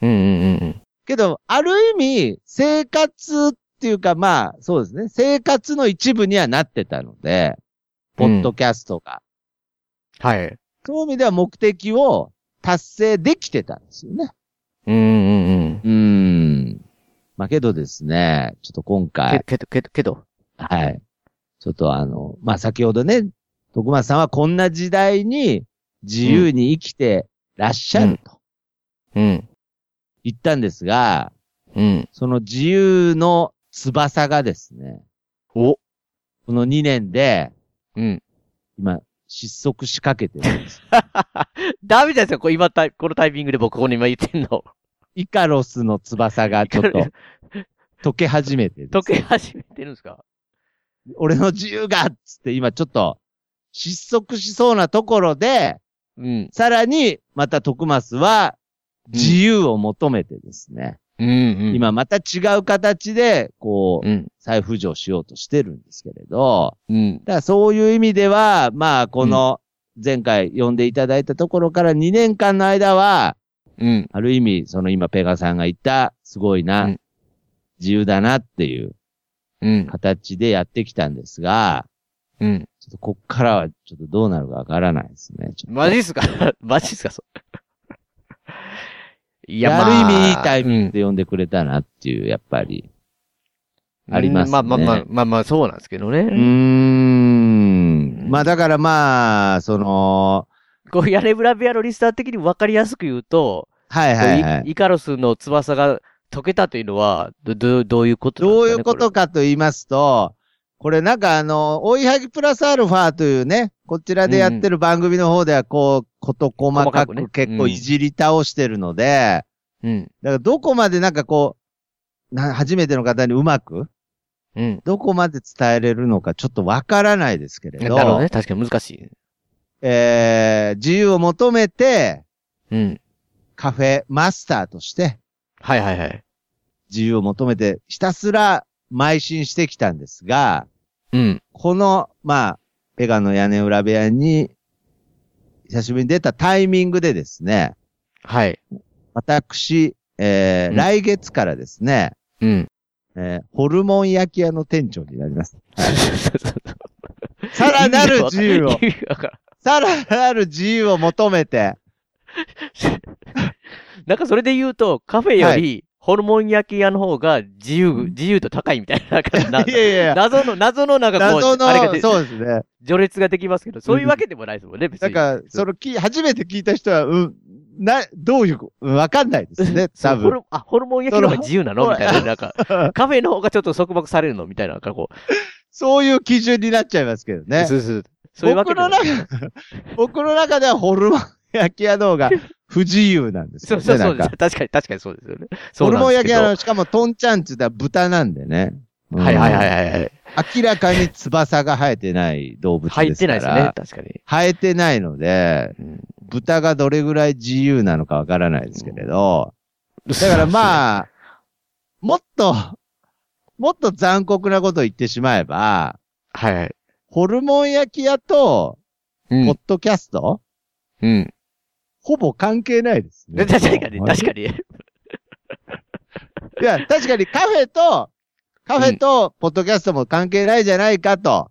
S1: うんうんうんうん。
S3: けど、ある意味、生活っていうか、まあ、そうですね。生活の一部にはなってたので、ポッドキャストが。
S1: はい。
S3: そういう意味では目的を達成できてたんですよね。
S1: うんうんうん。
S3: うーん。まあけどですね、ちょっと今回、
S1: けけど、けど、けど。
S3: はい。ちょっとあの、まあ先ほどね、徳松さんはこんな時代に自由に生きてらっしゃると
S1: うん。
S3: 言ったんですが、
S1: うん。
S3: その自由の翼がですね、
S1: お。
S3: この2年で
S1: うん。
S3: 今失速しかけてるんです。
S1: ダメじゃないですか、これ今タイこのタイミングで僕ここに今言ってん の。
S3: イカロスの翼がちょっと溶け始めてるんです
S1: 溶け始めてるんですか
S3: 俺の自由がっつって今ちょっと失速しそうなところで、
S1: うん。
S3: さらに、また徳松は、自由を求めてですね、
S1: うん、うん。。
S3: 今また違う形で、こう、
S1: うん。
S3: 再浮上しようとしてるんですけれど、
S1: うん。
S3: だからそういう意味では、まあ、この、前回呼んでいただいたところから2年間の間は、
S1: うん。
S3: ある意味、その今ペガさんが言った、すごいな、
S1: うん
S3: 自由だなっていう
S1: うん。
S3: 形でやってきたんですが、
S1: うん。
S3: ちょっとこっからはちょっとどうなるかわからないですね。ちょっと
S1: マジっすか マジっすかそいや、
S3: あ
S1: ま
S3: る
S1: あ。
S3: 意味いいタイミン
S1: うん
S3: グで呼んでくれたなっていう、やっぱり。ありますね
S1: うんまあまあまあ、まあまあ、そうなんですけど
S3: うー
S1: ね。
S3: ん。まあだからまあ、その、
S1: こう、屋根裏部屋のリスター的に分かりやすく言うと、
S3: はい
S1: こう
S3: はいはい。
S1: イイカロスの翼が溶けたというのは、ど、ど、どういうことなん
S3: どう
S1: です
S3: い
S1: か
S3: う
S1: ね
S3: ことかと言いますと、これなんかあの、追いはぎプラスアルファというね、こちらでやってる番組の方ではこう、こと細
S1: 細か
S3: か
S1: くね
S3: く結構いじり倒してるので、
S1: これうん。
S3: だからどこまでなんかこう、な初めての方にうまく、
S1: うん。
S3: どこまで伝えれるのかちょっとわからないですけれ
S1: な
S3: ど、
S1: るほどね。確かに難しい。
S3: えー、自由を求めて、
S1: うん。
S3: カフェマスターとして、
S1: はいはいはい。
S3: 自由を求めて、ひたすら邁進してきたんですが、
S1: うん。
S3: この、まあ、ペガの屋根裏部屋に、久しぶりに出たタイミングでですね、
S1: はい。
S3: 私、えー
S1: うん
S3: 来月からですね、
S1: うん。
S3: えーホルモン焼 き屋の店長になります。さらなる自由を、
S1: 意味わからん
S3: さらなる自由を求めて。
S1: なんかそれで言うと、カフェより、ホルモン焼き屋の方が自由、自由度高いみたいな、なんかない
S3: やいやいや、
S1: 謎の、謎のなんかこう、
S3: 謎
S1: あれが
S3: の、
S1: で
S3: そうですね。
S1: 序列ができますけど、そういうわけでもないですもんね、別
S3: だ
S1: に。
S3: から、そのき、初めて聞いた人は、うん、な、どういう、うんわかんないですね、
S1: そう
S3: 多
S1: ホ
S3: 分。
S1: ルあ、ホルモン焼きの方が自由なの
S3: そ
S1: み
S3: の
S1: たいな、なん か、カフェの方がちょっと束縛されるのみたいな、なんかこう。
S3: そういう基準になっちゃいますけどね。
S1: そうそうそういうわけ
S3: 僕
S1: でも
S3: の
S1: ない
S3: 中、 僕の中ではホルモン焼き屋の 方が不自由なんです
S1: そ
S3: よ
S1: う
S3: ね。
S1: そうそう
S3: なん
S1: で
S3: か
S1: す。確かに、確かにそうですよね。そ
S3: ホ
S1: う
S3: ル
S1: なん
S3: モ
S1: で
S3: ン
S1: す
S3: 焼
S1: け
S3: き
S1: ど
S3: 屋の、しかもトンちゃんって言ったら豚なんでね。うん
S1: はいはいはいはいはい。
S3: 明らかに翼が生えてない動物ですから。
S1: 入ってないですね、確かに。
S3: 生えてないので、
S1: うん
S3: 豚がどれぐらい自由なのかわからないですけれど、だから
S1: あ、
S3: まあ、もっと、もっと残酷なことを言ってしまえば、
S1: はいはい。
S3: ホルモン焼き屋と、
S1: う
S3: ポッ
S1: ん。
S3: ドキャスト、
S1: うん。
S3: ほぼ関係ないですね。
S1: で 確かに、確かに。
S3: いや、確かにカフェと、カフェと、ポッドキャストも関係ないじゃないかと、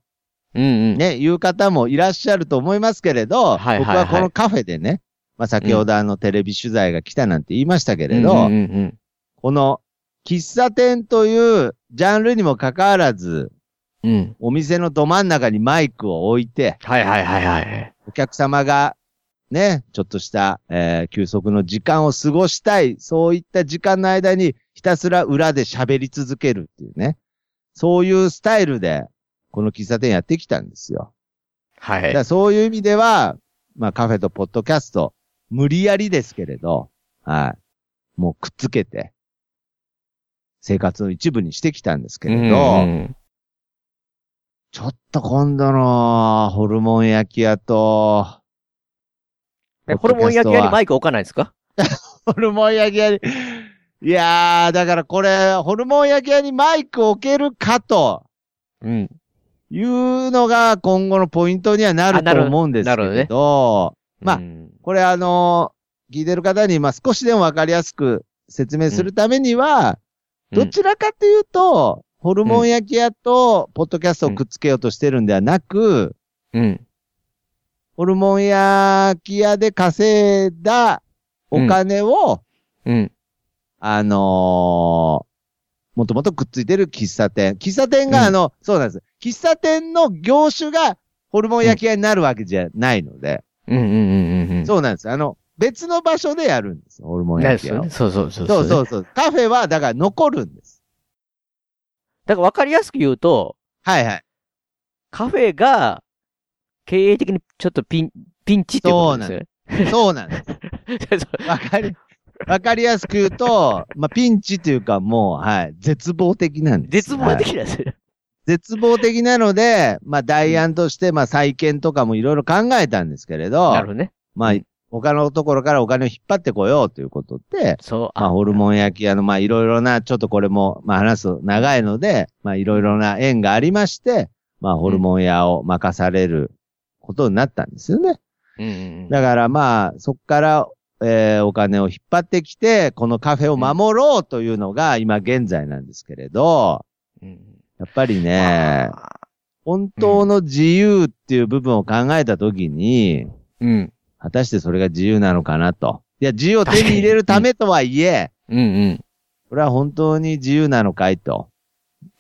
S1: うんうん。
S3: ね、いう方もいらっしゃると思いますけれ
S1: は
S3: ど、
S1: いはいはい
S3: 僕はこのカフェでね、まあ、先ほどあのテレビ取材が来たなんて言いましたけれど、
S1: うんうんうん
S3: この喫茶店というジャンルにもかかわらず、
S1: うん。うん。
S3: お店のど真ん中にマイクを置いて、
S1: はいはいはいはい。
S3: お客様がね、ちょっとした、えー休息の時間を過ごしたい、そういった時間の間にひたすら裏で喋り続けるっていうね、そういうスタイルで、この喫茶店やってきたんですよ。
S1: は
S3: だから
S1: い。
S3: そういう意味では、まあカフェとポッドキャスト、無理やりですけれど、はい。もうくっつけて、生活の一部にしてきたんですけれど、
S1: うん
S3: ちょっと今度のホルモン焼き屋と、
S1: えホルモン焼き屋にマイク置かないんですか
S3: ホルモン焼き屋に、いやー、だからこれ、ホルモン焼き屋にマイクを置けるかと
S1: うん。
S3: いうのが今後のポイントにはな
S1: あ
S3: る
S1: なる
S3: と思うんですけ
S1: なるほど
S3: れ
S1: ね
S3: ど、まあ
S1: うん
S3: これあのー聞いてる方に、まあ、少しでもわかりやすく説明するためには、どちらかというと、ホルモン焼き屋とポッドキャストをくっつけようとしてるんではなく、
S1: うん。
S3: ホルモン焼き屋で稼いだお金を、
S1: うん。
S3: あのーもともとくっついてる喫茶店。喫茶店が、
S1: うん
S3: あの、そうなんです。喫茶店の業種がホルモン焼き屋になるわけじゃないので、
S1: うん。うん。うん。うん。
S3: そうなんです。あの、別の場所でやるんです。ホルモン
S1: なんで
S3: 焼き
S1: す
S3: 屋
S1: よ
S3: を。
S1: ね。そうそうそう。
S3: そうそうそう。カフェは、だから残るんです。
S1: だから分かりやすく言うと、
S3: はいはい。
S1: カフェが、経営的にちょっとピン、ピンチってことですよね。
S3: そうな んです。
S1: そう
S3: わかり、わかりやすく言うと、まあ、ピンチというかもう、はい、絶望的なんです。
S1: 絶
S3: は
S1: 望
S3: い
S1: 的なんですよね。
S3: 絶望的なので、まあ、代案として、まあ、再建とかもいろいろ考えたんですけれど、
S1: なるほどね。
S3: まあ、他のところからお金を引っ張ってこようということで、
S1: そう。
S3: まあ、ホルモン焼き屋の、まあ、いろいろな、ちょっとこれも、まあ、話すと長いので、まあ、いろいろな縁がありまして、まあ、ホルモン屋を任されることになったんですよね。
S1: うんうんうん。
S3: だから、まあ、そこから、えーお金を引っ張ってきて、このカフェを守ろうというのが、今現在なんですけれど、
S1: うん
S3: やっぱりね、
S1: あー
S3: 本当の自由っていう部分を考えたときに、
S1: うん。
S3: 果たしてそれが自由なのかなと。いや、自由を手に入れるためとはいえ、
S1: うんうん。
S3: これは本当に自由なのかいと。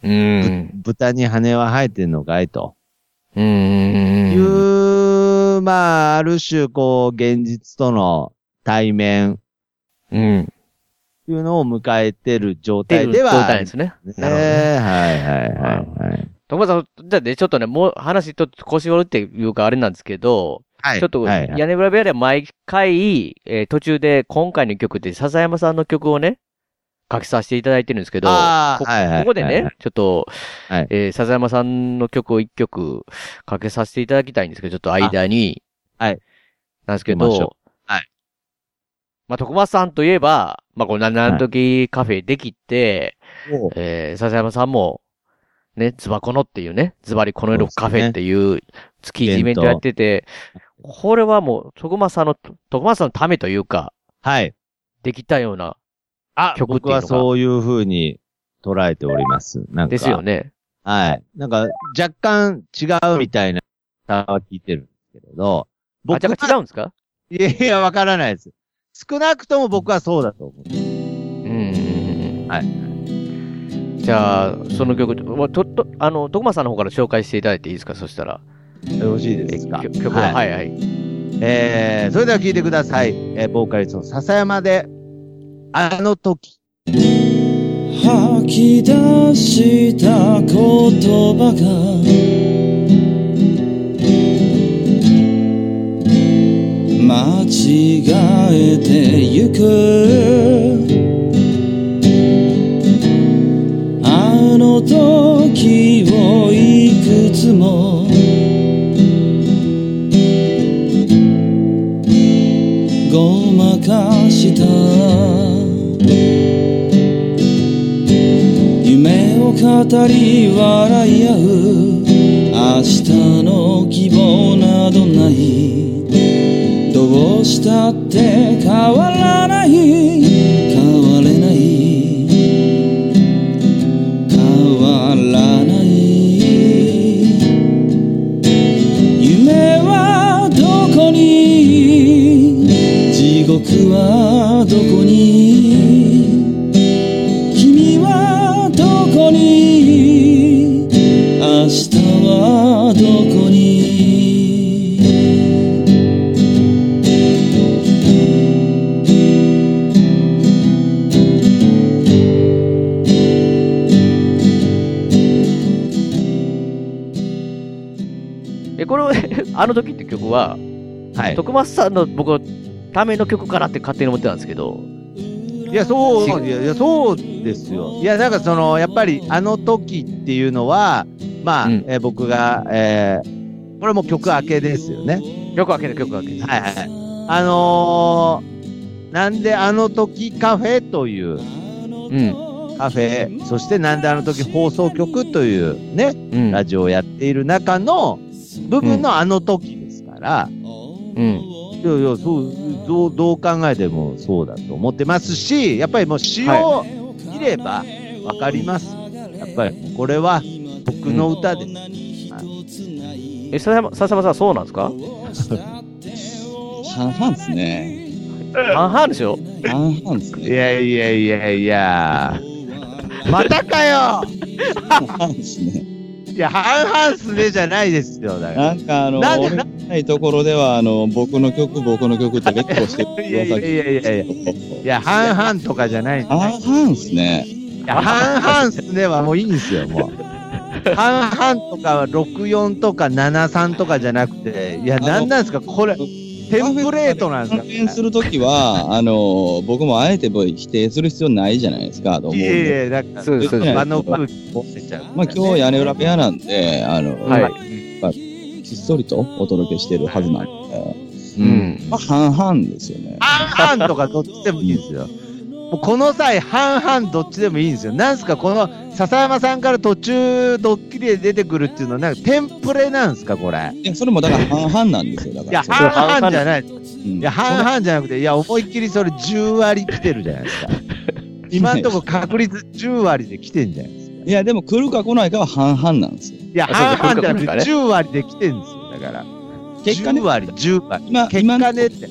S1: うん。
S3: 豚に羽は生えてんのかいと。
S1: うんうんうん。
S3: いう、まあ、ある種、こう、現実との対面
S1: うん。
S3: というのを迎えてる状
S1: ってい
S3: 態
S1: う
S3: で
S1: 状
S3: はあ
S1: 態
S3: る
S1: で
S3: んです
S1: すね。
S3: ね。
S1: なるほどね。
S3: はいはいはいはい。
S1: 徳松さん、じゃあね、ちょっとね、もう話ちょっと腰折るっていうかあれなんですけど、
S3: はい
S1: ちょっと、
S3: はいはい
S1: 屋根裏部屋では毎回、えー途中で今回の曲で笹山さんの曲をね、書きさせていただいてるんですけど、こ
S3: あーはいはい
S1: ここで
S3: はいは
S1: ね、ちょっと、
S3: はい
S1: えー笹山さんの曲を一曲かけさせていただきたいんですけど、ちょっと間に、
S3: あはい。
S1: なんですけ
S3: 行きましょ
S1: ど、
S3: はい。
S1: まあ、徳松さんといえば、まあ、この7の時カフェできて、
S3: おう
S1: えー、笹山さんも、ね、ズバコのっていうね、ズバリこの色カフェっていう月一イベントやってて、これはもう、徳松さんの、徳松さんのためというか、
S3: はい。
S1: できたような、
S3: あ、
S1: 曲っていうのが
S3: 僕はそういうふうに捉えております。なんか。
S1: ですよね。
S3: はい。なんか、若干違うみたいな、聞いてるんですけれど、
S1: あ
S3: 僕
S1: じゃ
S3: は
S1: あ違うんですか
S3: いやいや、わからないです。少なくとも僕はそうだと思
S1: う
S3: う。
S1: んうんうんうん。
S3: はい
S1: じゃあ、その曲、まあと、と、あの、徳間さんの方から紹介していただいていいですかそしたら。
S3: よろしいで
S1: え
S3: すか
S1: 曲曲は、はい、はい、
S3: えー、それでは聴いてください。えー、ボーカリストの笹山で、あの時。
S4: 吐き出した言葉が間違えてゆくあの時をいくつもごまかした夢を語り笑い合う明日の希望などないどうしたって変わらない変われない変わらない夢はどこに地獄はどこに君はどこに明日はどこに
S1: え、この、 あの時って曲は、
S3: はい。
S1: 徳松さんの僕のための曲かなって勝手に思ってたんですけど、
S3: いや、そう、いや、いやそうですよ。いや、なんかその、やっぱり、あの時っていうのは、まあ、
S1: うん
S3: えー僕が、えー、これも曲明けですよね。
S1: 曲開けて、曲開けて。
S3: はいはいはい。あのー、なんであの時カフェという
S1: うん。
S3: カフェ、そしてなんであの時放送局というね、
S1: うん。
S3: ラジオをやっている中の部分のあの時ですから、
S1: うん。
S3: いやいや、そう、どう、どう考えてもそうだと思ってますし、やっぱりもう詩を見ればわかります。やっぱり、これは僕の歌です。
S1: え、笹山笹山さんそうなんですか
S4: 半々ですね
S1: 半々でしょ
S4: 半々ですね
S3: いやいやいやいや。またかよ
S4: 半々ですね
S3: いや、半々すねじゃないですよ。だか
S4: なんかあの、
S3: なんで
S4: 俺がないところでは、あの、僕の曲、僕の曲って結構してく
S3: ら。いやいやいやいやいや。いや、半々とかじゃない。い
S4: 半々ですね。
S3: や、半々すねはもういいんですよ、もう。半々とかは64とか73とかじゃなくて、いや、なんなんですか、これ、テンプレートなんですか
S4: 関連するときは、あの、僕もあえて否定する必要ないじゃないですか、と思うん
S3: い
S4: で。
S3: えいえ、なんか、
S1: そうですそう
S4: です
S3: 場の空気持ってちゃう。
S4: まあ今日屋根裏部屋なんで、あの、
S1: はい。
S4: ひっそりとお届けしてるはずなんで、
S1: う。
S3: うん
S4: まあ半々ですよね。
S3: 半々とかどっちでもいいんですよ。もうこの際、半々どっちでもいいんですよ。なんすか、この、笹山さんから途中、ドッキリで出てくるっていうのは、なんか、テンプレなんすか、これ。
S4: いや、それもだから半々なんですよ、だから。
S3: いや、
S4: それ
S3: 半々じゃない。い
S4: うん
S3: や、半々じゃなくて、いや、思いっきりそれ10割来てるじゃないですか。今んとこ確率10割で来てんじゃないですか。
S4: いや、でも来るか来ないかは半々なんですよ。
S3: いや、
S1: あそう
S3: 半
S1: そう
S3: 々じゃな
S1: こういうことで
S3: く
S1: す
S3: て、10割で来てんですよ、だから。
S4: 結果ね
S3: 10割、10割。
S4: 今、
S3: 結
S4: 今
S3: 果
S4: の
S3: ねって、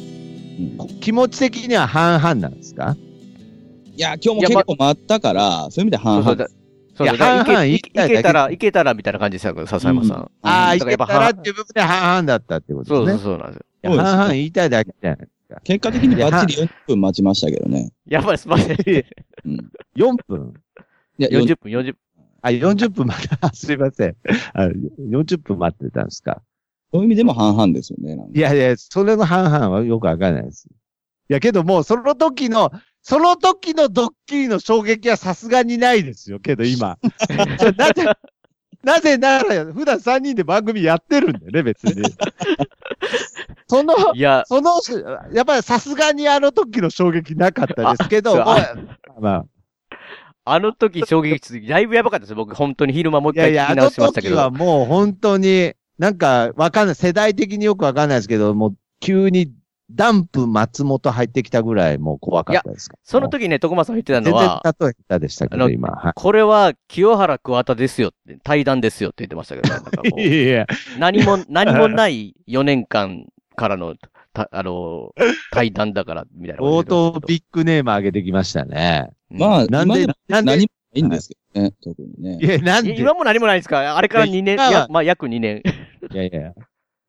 S3: こ気持ち的には半々なんですか
S4: いや、今日も結構待ったから、そういう意味で
S1: そ
S4: 半
S1: うそ
S4: 々
S1: う。だそうそう
S3: いや
S1: だから
S3: 半々
S1: いけい
S3: 言いたいだけ
S1: けたら、いけたらみたいな感じでしたよ、笹山さ
S4: うん
S1: ん。
S3: ああ、い
S1: だからや
S3: け
S1: っぱ
S3: たらっていう部分で半々だったってこと
S1: そう
S3: で
S1: そう
S3: すね。
S1: そうなんですよ。
S3: いや半々言いたいだけじゃない。
S4: 結果的にバッチリ40分待ちましたけどね。
S1: やばい、すみません。
S4: うん、
S3: 4分
S4: いや、
S1: 40分、40分。
S3: あ、40分待った。 すいません。あ40分待ってたんですか。
S4: そういう意味でも半々ですよね。なんか
S3: いやいや、それの半々はよくわかんないです。いやけどもうその時の、その時のドッキリの衝撃はさすがにないですよ。けど 今。それなぜ、なぜなら普段3人で番組やってるんだよね、別 に。その、
S1: いや、
S3: その、やっぱりさすがにあの時の衝撃なかったですけど、
S1: あ
S3: も
S1: あ
S3: うまあ、
S1: あの時衝撃つ、だいぶやばかったですよ。僕、本当に昼間もう一
S3: いや
S1: 回
S3: いや、
S1: 聞
S3: あ
S1: き
S3: の
S1: 直しましたけ
S3: 時
S1: ど。
S3: はもう本当に、なんかわかんない、世代的によくわかんないですけど、もう急にダンプ松本入ってきたぐらいもう怖かったですから。
S1: その時ね、徳間さん言ってた
S3: 全
S1: の
S3: 然
S1: は、
S3: 例え下でしたけ
S1: あ
S3: ど、
S1: の
S3: 今。は
S1: これは清原桑田ですよって、 対談ですよって言ってましたけど、なんかも
S3: いいやいや、
S1: う何も、何もない4年間、からの、た、あの、対談だから、みたいな。
S3: 冒頭ビッグネーム上げてきましたね。
S1: あ、
S4: まあ、
S3: なんで
S4: 今
S3: な
S4: 何も
S3: んで
S4: ないんですけどね、特にね。
S3: いや、なんで、い
S1: 今も何もないんですかあれから2年、い
S3: いや
S1: や、まあ、約2年。
S3: やいや、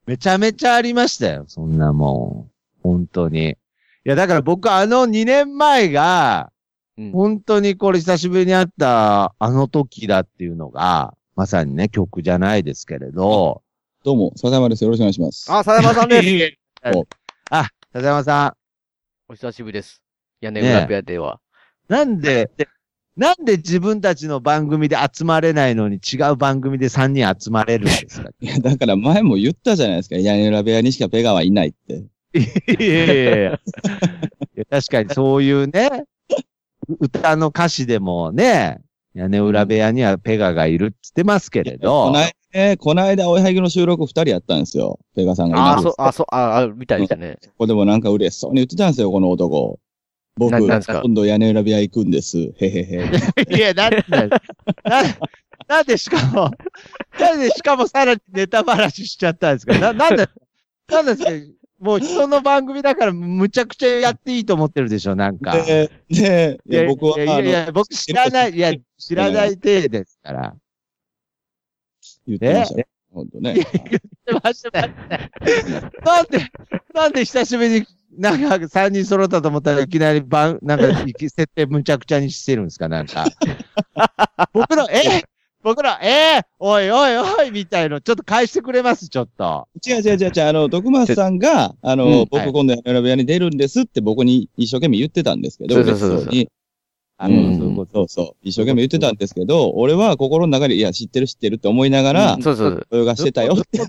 S3: めちゃめちゃありましたよ、そんなもん。本当に。いや、だから僕あの2年前が、
S1: うん
S3: 本当にこれ久しぶりに会ったあの時だっていうのが、まさにね、曲じゃないですけれど、
S4: どうも、笹山です。よろしくお願いします。
S1: あ、さだまさんです。
S3: 笹山さん、
S1: お久しぶりです。屋根
S3: ねえ
S1: 裏部屋では。
S3: なんで、なんで自分たちの番組で集まれないのに違う番組で3人集まれるんですか
S4: いや、だから前も言ったじゃないですか。屋根裏部屋にしかペガはいないって。
S3: いやいやいや。確かにそういうね、う歌の歌詞でもね、屋根裏部屋にはペガがいるって言ってますけれ
S4: こ
S3: ど、
S4: ないね、こないだ、おやはぎの収録二人やったんですよ。ペガさんがいな
S1: あ、
S4: い。
S1: そう
S4: こ、
S1: あ、そう、あ、あみたいでしたね。
S4: こでもなんか嬉しそうに言ってたんですよ、この男。僕、
S1: ななんですか
S4: 今度屋根裏部屋行くんです。へへへ。
S3: いや、なんで、な、なんでしかも、なんでしかもさらにネタばらししちゃったんですかな、なんで、なんですかもう人の番組だからむちゃくちゃやっていいと思ってるでしょ、なんか。
S4: で、で、いや僕は、
S3: いや
S4: あ
S3: いや
S4: の、
S3: いや、僕知らない、いや、知らない体ですから。
S4: 言ってましたよ。ほんとね。
S3: なんで、なんで久しぶりに、なんか三人揃ったと思ったらいきなり番、なんか、いき設定むちゃくちゃにしてるんですか、な んか。僕の、え僕の、えおいおいおいみたいの、ちょっと返してくれます、ちょっと。
S4: 違う違う違う違う、あの、徳松さんが、あの、
S1: うん
S4: 僕今度屋根裏部屋に出るんですって僕に一生懸命言ってたんですけど、
S1: そうそうそうそう
S4: 嬉しに
S3: あ
S4: うん
S3: そういうこと
S4: そうそう。一生懸命言ってたんですけど、俺は心の中で、いや、知ってる知ってるって思いながら
S3: う、
S1: そうそう。
S4: 泳がしてたよって。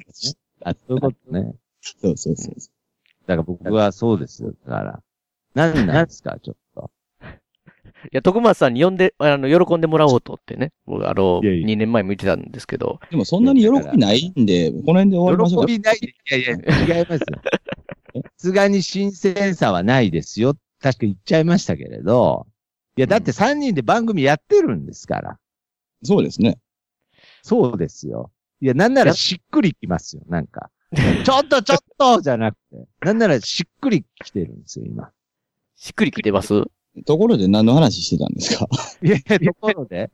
S3: あ、そういうことね。
S4: そうそうそう。
S3: だから僕はそうですよ、だから。なんなんですか、ちょっと。
S1: いや、徳松さんに呼んで、あの、喜んでもらおうとってね。僕、あの、
S3: いやいや
S1: 2年前も言ってたんですけど。
S4: でもそんなに喜びないんで、この辺で終わりましょう
S3: 喜
S4: か。
S3: びない。いやいや、違います よ。さすがに新鮮さはないですよ。確か言っちゃいましたけれど。いや、だって3人で番組やってるんですから。
S4: そうですね。
S3: そうですよ。いや、なんならしっくりきますよ、なんか。ちょっとちょっとじゃなくて。なんならしっくりきてるんですよ、今。
S1: しっくりきてます
S4: ところで何の話してたんですか
S3: いやいや、ところで。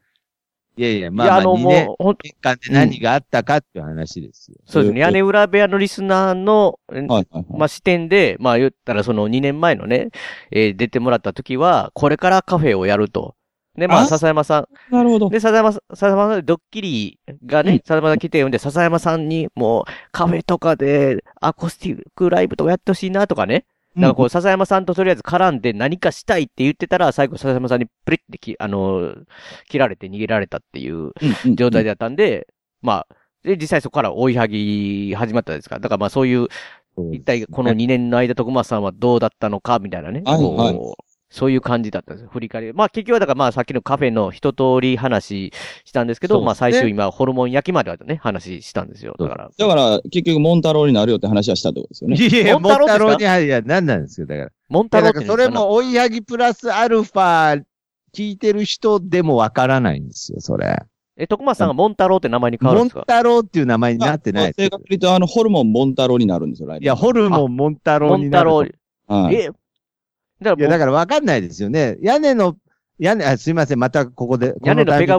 S3: いやいや、ま
S1: いや、
S3: あ、
S1: あ
S3: まあ、
S1: の、
S3: 2年
S1: もう、ほんと、
S3: 間で何があったかっていう話ですよ。
S1: そうですね。屋根裏部屋のリスナーの、え
S4: はいはいはい。
S1: まあ、視点で、まあ、言ったらその2年前のね、えー出てもらった時は、これからカフェをやると。で、まあ、
S4: あ
S1: 笹山さ
S4: なるほ
S1: ん。。
S4: ど
S1: で、笹山さん、笹山さん、ドッキリが
S4: う
S1: ね
S4: ん、
S1: 笹山さん来てるんで、笹山さんにもう、カフェとかで、アコースティックライブとかやってほしいなとかね。なんかこう、笹山さんととりあえず絡んで何かしたいって言ってたら、最後笹山さんにプリってき、あのー、切られて逃げられたっていう
S4: うんうん
S1: 状態だったんで、まあ、で、実際そこから追いはぎ始まったですから、だからまあそういう、
S3: そうです
S1: 一体この2年の間、徳松さんはどうだったのか、みたいなね。
S4: はいはい
S1: こうそういう感じだったんですよ。振り返り。まあ結局はだからまあさっきのカフェの一通り話したんですけど、
S3: そうですね
S1: まあ最終今ホルモン焼きまではね、話したんですよ。だから。
S4: だから、結局、モンタロウになるよって話はしたってことですよね。
S3: いやいや、
S1: モンタ
S3: モ
S1: ロ
S3: ン
S1: ウです
S3: タ
S1: か
S3: ロウに、はいや、何なんですよ、だから。
S1: モン
S3: いや
S1: タロ
S3: だ
S1: ウっ
S3: か
S1: て言う
S3: らそ
S1: んです
S3: れ
S1: かな
S3: も追い上げプラスアルファ聞いてる人でもわからないんですよ、それ。
S1: え、徳松さんがモンタロウって名前に変わるん
S3: モ
S1: で
S3: ン
S1: すか
S3: タロウっていう名前になってないです
S4: 正確に言うと、あの、ホルモンモンタロウになるんですよ、来
S3: いや、ホルモンモンタロ
S1: モ
S3: ウに
S1: ン
S3: な
S1: タ
S3: る
S1: ロ
S3: と。
S1: ウ。
S4: はい
S1: え、だ
S3: いや、だ
S1: から
S3: からわかんないですよね。屋根の、屋根、あすいません、またここで。
S1: 屋根の
S3: こタイミングで
S1: ペガ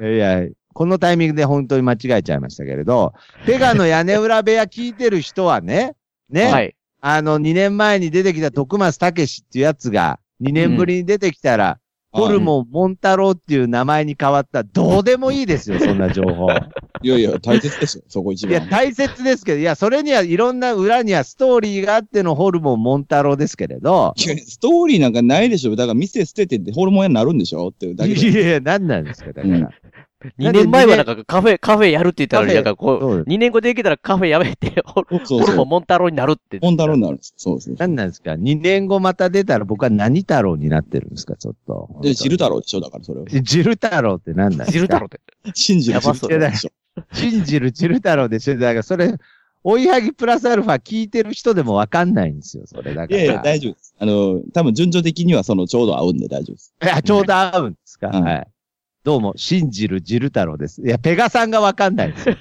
S1: 裏
S3: いやいや、このタイミングで本当に間違えちゃいましたけれど、ペガの屋根裏部屋聞いてる人はね、ね、
S1: もう、はい。
S3: あの、2年前に出てきた徳松武史っていうやつが、2年ぶりに出てきたら、ホルモン、モンタロウっていう名前に変わった。どうでもい いですよ、そんな情報。い
S4: いやいや、大切ですよ、そこ一
S3: や、
S4: 番。
S3: 大切ですけど、いや、それにはいろんな裏にはストーリーがあってのホルモン、モンタロウですけれど。
S4: いやストーリーなんかないでしょ。だから店捨ててってホルモン屋になるんでしょっていうだけで。
S3: いやいや、何なんですか、だから。
S4: うん
S1: 2年前はなんかカフェ、カフェやるって言ったのに、
S3: カフ
S1: なんか
S3: ェ
S1: こ
S3: そう
S1: う、2年後で行けたらカフェやめて、ホル
S4: そう
S1: ホル
S4: そ
S1: モ
S4: う
S1: ン。モンタロウになるって。
S4: モンタロウになるんです。そうそう。
S3: 何なんですか ?2 年後また出たら僕は何太郎になってるんですか、ちょっと。
S4: で、汁太郎でしょだからそれを。
S3: ジル太郎って何なんですか
S1: 汁太郎って。
S4: 信じる汁太郎でしょ。
S3: 信じるジル太郎でしょだからそれ、追いはぎプラスアルファ聞いてる人でもわかんないんですよ、それだ
S4: い
S3: から。
S4: やいや、大丈夫です。あの、多分順序的にはそのちょうど合うんで大丈夫です。
S3: あ、ちょうど合うんですか、
S4: うん
S3: はい。どうも、信じるジル太郎です。いや、ペガさんがわかんないですよ。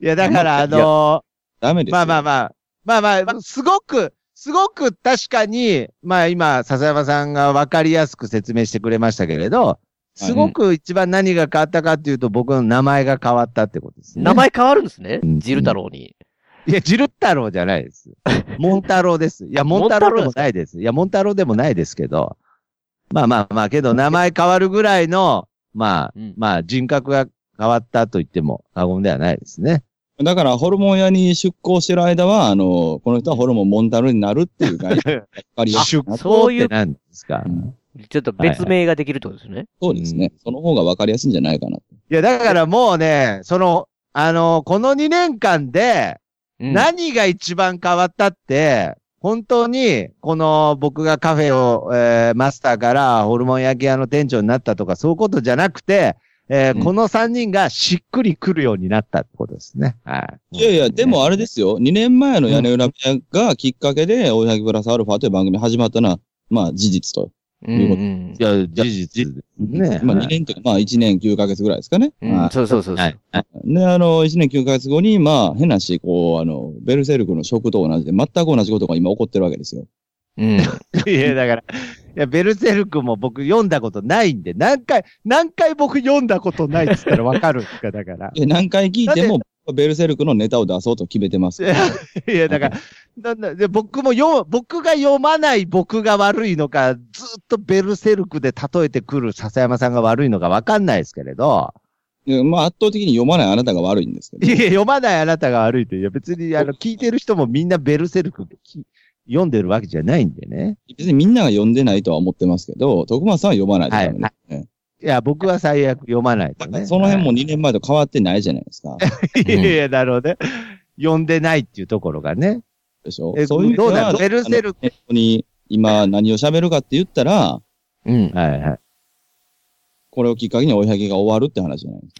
S3: いや、だから、あの
S4: ダメですよ。
S3: まあまあまあ、まあまあまあ、すごく、すごく確かに、まあ今、笹山さんがわかりやすく説明してくれましたけれど、すごく一番何が変わったかっていうと、僕の名前が変わったってことですね。
S1: 名前変わるんですね。
S4: うん
S1: ジル太郎に。
S3: いや、ジル太郎じゃないです。モン太郎です。いや、モン太郎でもないです。いや、モン太郎でもないですけど。まあまあまあ、けど名前変わるぐらいの、まあ、
S1: うん
S3: まあ人格が変わったと言っても過言ではないですね。
S4: だから、ホルモン屋に出向してる間は、あの、この人はホルモンモンタルになるっていう概 念わかりやすい
S3: 出
S4: な。
S1: そう
S3: 向
S1: い
S3: っ
S1: う
S3: て何ですか
S1: ちょっと別名ができるってことですね。
S4: そうですね。その方がわかりやすいんじゃないかな。
S3: いや、だからもうね、その、あの、この2年間で、
S1: うん
S3: 何が一番変わったって、本当に、この僕がカフェを、えーマスターからホルモン焼き屋の店長になったとか、そういうことじゃなくて、えー
S4: うん
S3: この3人がしっくりくるようになったってことですね。はい。
S4: いやいや、でもあれですよ。2年前の屋根裏部屋がきっかけで、大柳プラスアルファという番組始まったのは、まあ事実と。
S1: うんうん
S3: いや、事実ですね。
S4: まあ
S3: はい
S4: 2年というか、まあ1年9ヶ月ぐらいですかね。
S1: うん
S4: はい
S1: そうそうそうそう。
S3: はい。はい
S4: で、あの、1年9ヶ月後に、まあ変なし、こう、あの、ベルセルクの食と同じで、全く同じことが今起こってるわけですよ。
S1: うん。
S3: いや、だから、いや、ベルセルクも僕読んだことないんで、何回、何回僕読んだことないって言ったらわかるんですか、だから。
S4: で、何回聞いても、ベルセルクのネタを出そうと決めてます。
S3: いや、だから、なんだ、で、僕も読、僕が読まない僕が悪いのか、ずっとベルセルクで例えてくる笹山さんが悪いのかわかんないですけれど、
S4: でまあ圧倒的に読まないあなたが悪いんですけど
S3: い。や、読まないあなたが悪いって、いや、別に、あの、聞いてる人もみんなベルセルクき読んでるわけじゃないんでね。
S4: 別にみんなが読んでないとは思ってますけど、徳松さんは読まないとダメですね。
S3: いや、僕は最悪読まないとね。
S4: その辺も2年前と変わってないじゃないですか。
S3: はい。 いやいや、なるほどね。読んでないっていうところがね。
S4: でしょ
S3: え
S4: そういう意味で
S3: どうな
S4: は、
S3: のベルセルク
S4: あの。本当に今何を喋るかって言ったら、
S1: うん。
S3: はいはい。
S4: これをきっかけに追いはぎが終わるって話じゃないです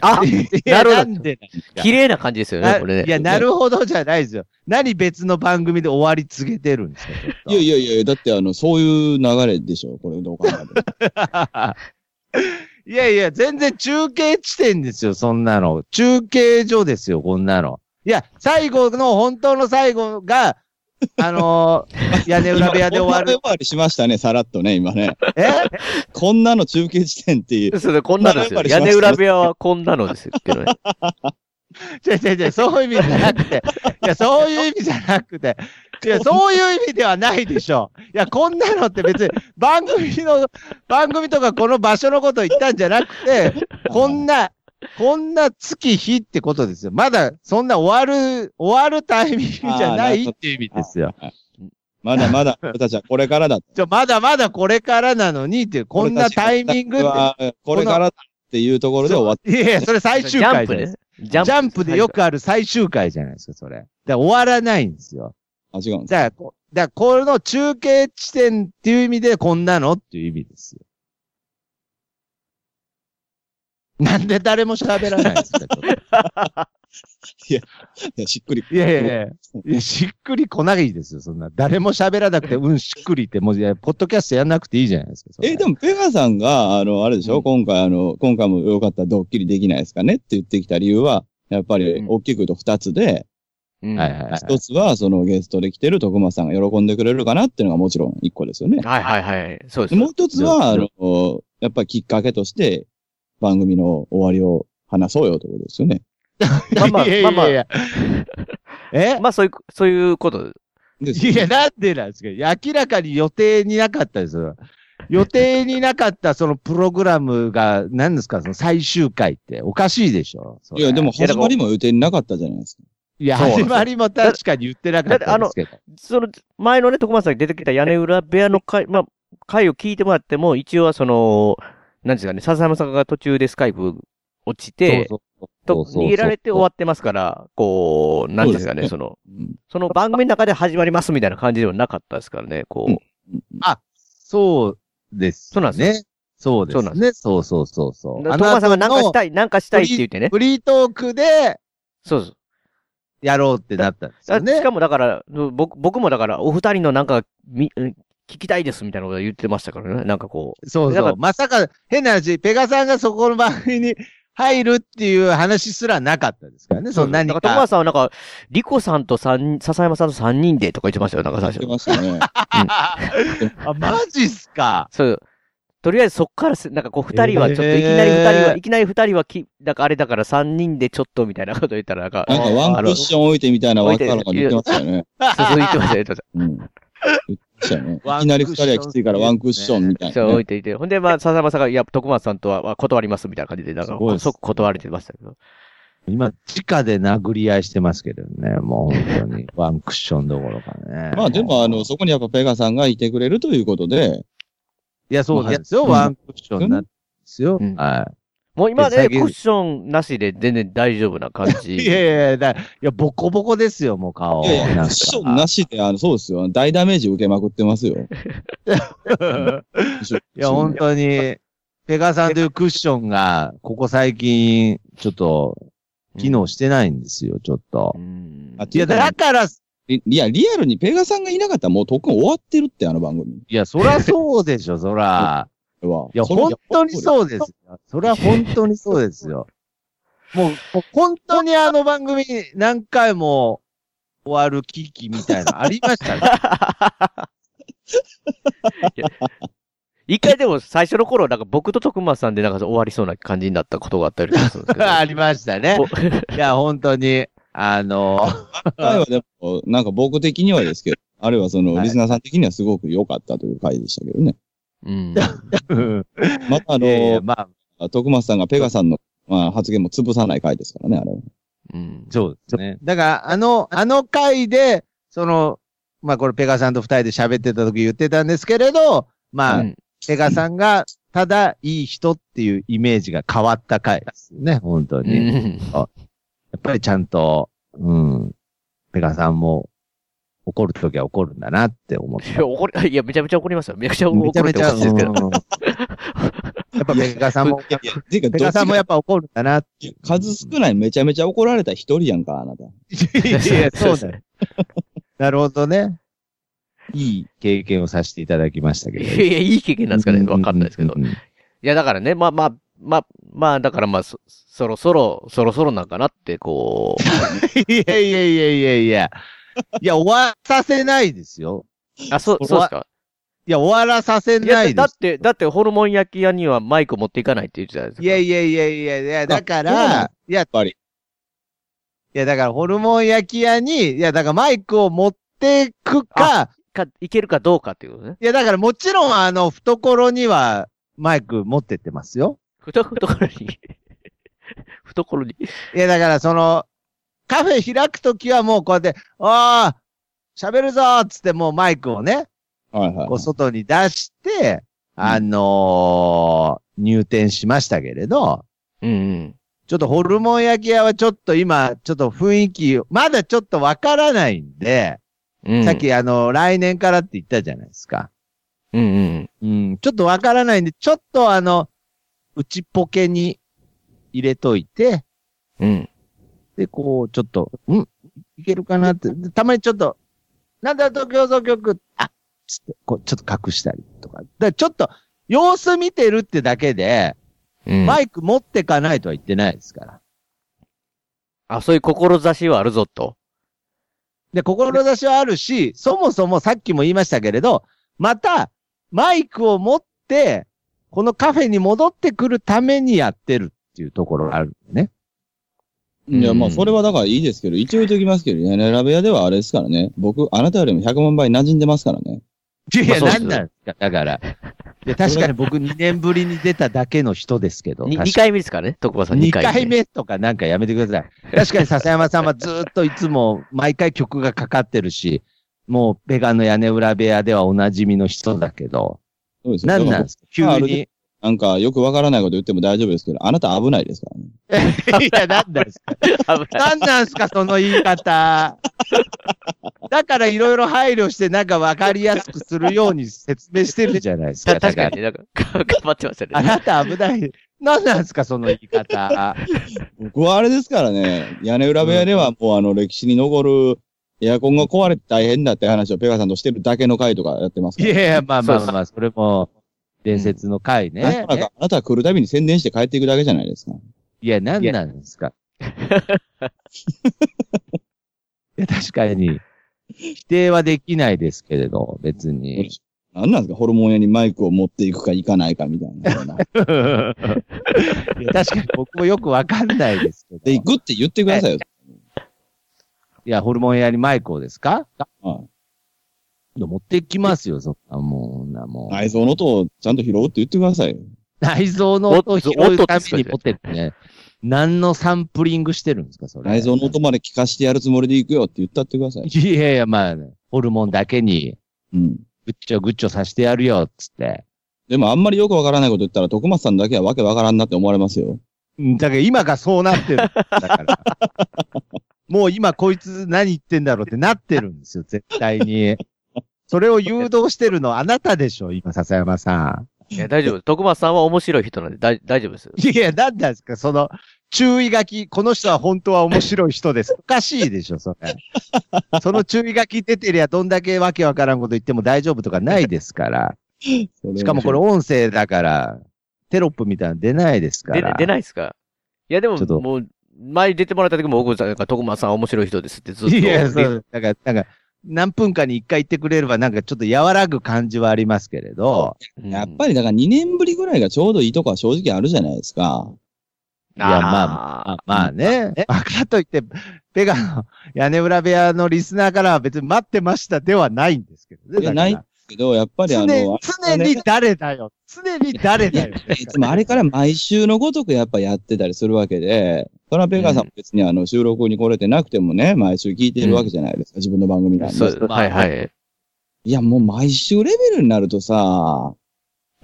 S4: か。
S1: あ
S3: いや
S1: なるほど
S3: んで や
S1: 綺麗な感じですよね、
S3: な
S1: これね。
S3: いや、なるほどじゃないですよ。何別の番組で終わり告げてるんですかちょっと
S4: いやいやいや、だってあの、そういう流れでしょこれどう考 えても
S3: いやいや、全然中継地点ですよ、そんなの。中継所ですよ、こんなの。いや、最後の、本当の最後が、あのー屋根裏部屋で終
S4: 今
S3: わ
S4: こん
S3: る。
S4: な終わりしましたね、さらっとね、今ね。
S3: え
S4: こんなの中継地点っていう。
S1: それこんなのですよ。
S4: こんな
S1: 屋
S4: のやっぱりしま
S1: 根
S4: す
S1: 裏部屋はこんなのですけどね。
S3: 違う違う違う、そういう意味じゃなくて。いや、そういう意味じゃなくて。いや、そういう意味ではないでしょう。いや、こんなのって別に、番組の、番組とかこの場所のこと言ったんじゃなくて、こんな、こんな月日ってことですよ。まだ、そんな終わる、終わるタイミングじゃないっていう意味ですよ。
S4: まだまだ、私たちはこれからだ。
S3: じゃ、まだまだこれからなのにって、こんなタイミングって。
S4: はこれからだっていうところで終わっ
S3: いやいや、それ最
S1: ジ
S3: 終
S1: ャン
S3: 回
S1: プ
S3: じゃない
S1: ね
S3: です。
S1: ジ
S3: ジ
S1: ャンプ。
S3: ャンプでよくある最終回じゃないですか、それ。だから終わらないんですよ。
S4: た。あ、違うんです
S3: じゃあ、こだからこの中継地点っていう意味でこんなのっていう意味ですよ。なんで誰も喋らないんですかちょっと
S4: いやしっくり。
S3: いやいやいやいや、しっくりこないですよ、そんな。誰も喋らなくて、うん、しっくりって、もう、いやポッドキャストやんなくていいじゃないですか。それ
S4: え、でも、ペガさんが、あの、あれでしょ、
S1: うん
S4: 今回、あの、今回もよかったらドッキリできないですかねって言ってきた理由は、やっぱり
S1: うん
S4: 大きく言うと二つで、
S1: うん
S3: は
S1: はいい
S3: はい
S1: は
S3: はい。
S4: 一つはそのゲストで来てる徳間さんが喜んでくれるかなっていうのがもちろん一個ですよね。
S1: いはい。そうで。
S4: ですもう一つは、あの、やっぱりきっかけとして番組の終わりを話そうよということですよね。
S1: まあまあ、
S3: いやい
S1: まあ
S3: や
S1: ま
S3: いやえ
S1: あ、まあそういう、そういうこと。
S4: ですよ
S3: い
S4: ね
S3: や、なんでなんですかいや明らかに予定になかったですよ。予定になかったそのプログラムが、何ですかその最終回っておかしいでしょそ
S4: い
S3: れ
S4: や、でも始まりも予定になかったじゃないですか。
S3: いや、
S1: そうなんで
S3: 始
S1: すよ
S3: まりも確かに言ってなかったんですけど。
S1: その、前のね、徳松さんが出てきた屋根裏部屋の回、まあ、回を聞いてもらっても、一応はその、なんですかね、笹山さんが途中でスカイプ落ちて、
S3: そうそう
S1: と逃げられて終わってますから、こう、なんですか
S4: そうで
S1: ね、
S4: す
S1: その、
S4: うん
S1: その番組の中で始まりますみたいな感じではなかったですからね、こう。
S4: うん
S3: そうです。
S1: そうなんです
S3: ね。そうです
S1: そうなん
S3: ね。そうそうそうそう。
S1: トマさんがなんかした
S3: い。
S1: い、なんかしたいって言ってね。
S3: フリートークで
S1: そうそう。
S3: やろうってなったんですよ
S1: あし
S3: ね
S1: か。もだから、僕、僕もだから、お二人のなんか、み、うん聞きたいですみたいなこと言ってましたからね。なんかこ
S3: そう
S1: だ
S3: そ
S1: か
S3: う
S1: ら。
S3: まさか、変な話、ペガさんがそこの番組に入るっていう話すらなかったですからね、そんなに
S1: だから、友
S3: か。
S1: 川さんはなんか、リコさんと三、笹山さんと三人でとか言ってましたよ、なんか最
S4: 言って
S1: 初。
S4: ましたね。
S3: あ、マジっすか。
S1: そう。とりあえずそっからす、なんかこう二人は、
S3: えー
S1: ちょっといきなり二人は、いきなり二人はき、なんかあれだから三人でちょっとみたいなこと言ったら、なんか、
S4: なんかワンクッション置いてみたいな若いのが言ってましたよね。
S1: そう言ってましたよ、言ってまし
S4: うん。 言ってましたよね。いき
S3: ワンクッション
S4: なり二人はきついからワンクッションみた
S1: た
S4: い
S1: そ
S4: な
S1: う
S4: ね、
S1: 置いていて。ほんで、まあ、笹山さんが、いや、徳松さんとはは断ります、みたいな感じで、なん
S3: すごい
S1: か、
S3: です
S1: 即断られてましたけど。
S3: 今、地下で殴り合いしてますけどね、もう本当 に。ワンクッションどころかね。
S4: まあでも、あの、そこにやっぱペガさんがいてくれるということで、
S3: いや、そうなんですよ。
S4: うん
S3: ワンクッションなんですよ。
S1: うん
S3: は
S1: もう今
S3: で
S1: ね、
S3: 最
S1: ク
S3: 近
S1: ッションなしで全然大丈夫な感
S3: い。
S1: じ。
S3: いやいやいや、だいや、ボコボコですよ、もう顔。
S4: いやいや
S3: なんか
S4: クッションなしで、あの、そうですよ。大ダメージ受けまくってますよ。
S3: いや、本当に、ペガさんというクッションが、ここ最近、ちょっと、機能してないんですよ、ちょっと
S1: う。ん。
S4: あ
S3: いや、だから、い
S4: いいや、リアルにペガさんがいなかったらもうとっくん終わってるって、あの番組
S3: や、そらそうでしょ、そら。
S4: は。
S3: いや、
S4: それ
S3: 本当にそうですよ。それは本当にそうですよ。 もう、もう本当にあの番組何回も終わる危機みたいなありましたね。
S1: 一回でも最初の頃、なんか僕と徳松さんでなんか終わりそうな感じになったことがあったりとかするんですけど。
S3: ありましたね
S1: お。
S3: いや、本当に、 あの、
S4: 回はでも、なんか僕的にはですけど、あるいはそ
S3: は
S4: の、
S3: い
S4: リスナーさん的にはすごく良かったという回でしたけどね。
S1: うん。
S4: またあ
S3: あの、
S4: の、
S3: まあ、
S4: 徳松さんがペガさんの、まあ、発言も潰さない回ですからね、あれは。
S1: うん。
S3: そうですね。だから、あの、あの回で、その、まあこれペガさんと二人で喋ってた時言ってたんですけれど、まあ、
S1: うん
S3: ペガさんが、ただいい人っていうイメージが変わった回ですよね、本当に。やっぱりちゃんと、うん、ペガさんも怒る時は怒るんだなって思っ
S1: い
S3: て。
S1: や、怒り、いや、めちゃめちゃ怒りますよ。めちゃくちゃ怒る
S3: め
S1: っ
S3: ちゃ
S1: て
S3: めちゃ、
S1: 感じですけど。
S3: うんやっぱペガさんも、
S4: いやいや、ていうか、
S3: ペ
S4: ど
S3: ガ
S4: っち
S3: さんもや
S4: か
S3: っぱ怒るんだなって。
S4: 数少ないめちゃめちゃ怒られた一人やんか、あなた。
S3: いやいやそうだよ。 なるほどね。いい経験をさせていただきましたけ
S1: い
S3: ど。
S1: やいや、いい経験なんですかね。わかんないですけど
S3: う。んうんうん。
S1: いや、だからね、まあまあ、まあ、まあ、だからまあ、そ、そろそろ、そろそろなんかなって、こう。
S3: いやいやいやいやいや。いや、終わらさせないですよ。
S1: あ、そう、そ
S3: そ
S1: う
S3: こ
S1: で
S3: は
S1: すか。
S3: いや、終わらさせ
S1: いや
S3: な、い
S1: だ
S3: で
S1: っ
S3: す。
S1: て、だって、ホルモン焼き屋にはマイク持っていかないって言ってたじゃないですか。
S3: いやいやいやいやいや、だか
S4: そうなの
S3: ら、いや、やっ
S4: ぱり。
S3: いや、だから、ホルモン焼き屋に、いや、だからマイクを持ってくか、
S1: か、いけるかどうかっていうことね。
S3: いや、だからもちろん、あの、懐には、マイク持ってってますよ。
S1: 懐に。 懐に。
S3: いや、だからその、カフェ開くときはもうこうやって、ああ、喋るぞーっつってもうマイクをね、
S4: はいはい
S3: こう。外に出して、あのー入店しましたけれど、
S1: うんうん。
S3: ちょっとホルモン焼き屋はちょっと今、ちょっと雰囲気、まだちょっとわからないんで、
S1: うん、
S3: さっ、きあの、来年からって言ったじゃないですか。
S1: うんうん。
S3: うん、ちょっとわからないんで、ちょっとあの、内ポケに入れといて、
S1: うん。
S3: で、こう、ちょっと、んいけるかなって。でたまにちょっと、なんだ東京総局、あつって、こう、ちょっと隠したりとか。だからちょっと、様子見てるってだけで、
S1: うん。
S3: マイク持ってかないとは言ってないですから。
S1: あ、そういう志はあるぞと。
S3: で、志はあるし、そもそもさっきも言いましたけれど、また、マイクを持って、このカフェに戻ってくるためにやってるっていうところがあるんでね。
S4: いや、ま
S1: う
S4: あ、
S1: ん
S4: それはだからいいですけど、一応言っておきますけど、屋根裏部屋ではあれですからね。僕、あなたよりも100万倍馴染んでますからね。
S3: いや、
S1: まあ
S3: な
S1: そうです
S3: んなんですか、だから。いや、確かに僕2年ぶりに出ただけの人ですけど。
S1: に
S3: 確かに
S1: 二回目ですからね、徳川さん
S3: 二
S1: 二回目。
S3: 回目とかなんかやめてください。確かに笹山さんはずーっといつも毎回曲がかかってるし、もうベガの屋根裏部屋ではおなじみの人だけど、
S4: そうですよ
S3: な
S4: だ
S3: んな
S4: か
S3: ん
S4: ら
S3: ですか急 に。い
S4: なんか、よくわからないこと言っても大丈夫ですけど、あなた危ないですからね。
S3: や、なんなんですか
S1: 危 ない。
S3: なんなんですかその言い方。だからいろいろ配慮してなんかわかりやすくするように説明してるじゃないですか。
S1: た確か
S3: だ
S1: にね、なんか、 頑張ってました
S3: らあ
S1: ね。
S3: なた危ない。なんなんですかその言い方。
S4: 僕はあれですからね、屋根裏部屋ではもうあの、歴史に残る、エアコンが壊れて大変だって話をペガさんとしてるだけの回とかやってますか
S3: い
S4: ら。
S3: やいや、まあ
S1: そう
S3: まあま
S1: そ
S3: あまあ、それも伝説の回ね。
S4: なんとなくあなたは来るたびに宣伝して帰っていくだけじゃないですか。
S3: いや、何なんですか。いや、確かに、否定はできないですけれど、別 に。
S4: なんなんですかホルモン屋にマイクを持っていくか行かないかみたいなような。
S3: いや確かに僕もよくわかんないですけど。
S4: で、行くって言ってくださいよ。
S3: いや、ホルモン屋にマイクをですか
S4: は
S3: 持ってきますよ、そんなもう、な
S4: い
S3: も。
S4: う内臓の音をちゃんと拾うって言ってくださいよ。
S3: 内臓の音を拾
S1: 音
S3: うために
S1: 音
S3: 持ってってね。何のサンプリングしてるんですか、それ。
S4: 内臓の音まで聞かしてやるつもりで行くよって言ったってください。
S3: いやいや、まあ、ホルモンだけに、
S4: うん。
S3: ぐっちょぐっちょさせてやるよ、つって。
S4: でもあんまりよくわからないこと言ったら、徳松さんだけはわけわからんなって思われますよ。
S3: うんだから今がそうなってる。だ から。もう今こいつ何言ってんだろうってなってるんですよ、絶対に。それを誘導してるのあなたでしょ、今、笹山さ
S1: いや、大丈夫。徳松さんは面白い人なんで、だい大丈夫です。
S3: ん。いや、なんなんですか、その、注意書き、この人は本当は面白い人です。おかしいでしょ、そ れ。その注意書き出てりゃ、どんだけわけわからんこと言っても大丈夫とかないですから。しかもこれ音声だから、テロップみたいなの出ないですか
S1: 出な
S3: ら。
S1: 出ないですかいや、でも
S3: ちょっ、と
S1: もう、前に出てもらった時も、僕さんが徳松さんは面白い人ですってずっと。
S3: いや、そう。だから、なんか、何分かに一回言ってくれれば、なんかちょっと和らぐ感じはありますけれど、
S1: うん。
S4: やっぱりだから2年ぶりぐらいがちょうどいいとこは正直あるじゃないですか。
S3: いや、まあ、まあね。あからといって、ペガの屋根裏部屋のリスナーからは別に待ってましたではないんですけどね。
S4: いや
S3: だから
S4: ないけど、やっぱりあ
S3: 常に
S4: の、、
S3: 常に誰だよ。常に誰 だよ。
S4: いつもあれから毎週のごとくやっぱやってたりするわけで、それはペガさんも別にあの収録に来れてなくてもね、毎週聞いてるわけじゃないですか、自分の番組なん
S1: そ
S4: で。
S1: う、はいはい。
S4: いや、もう毎週レベルになるとさ、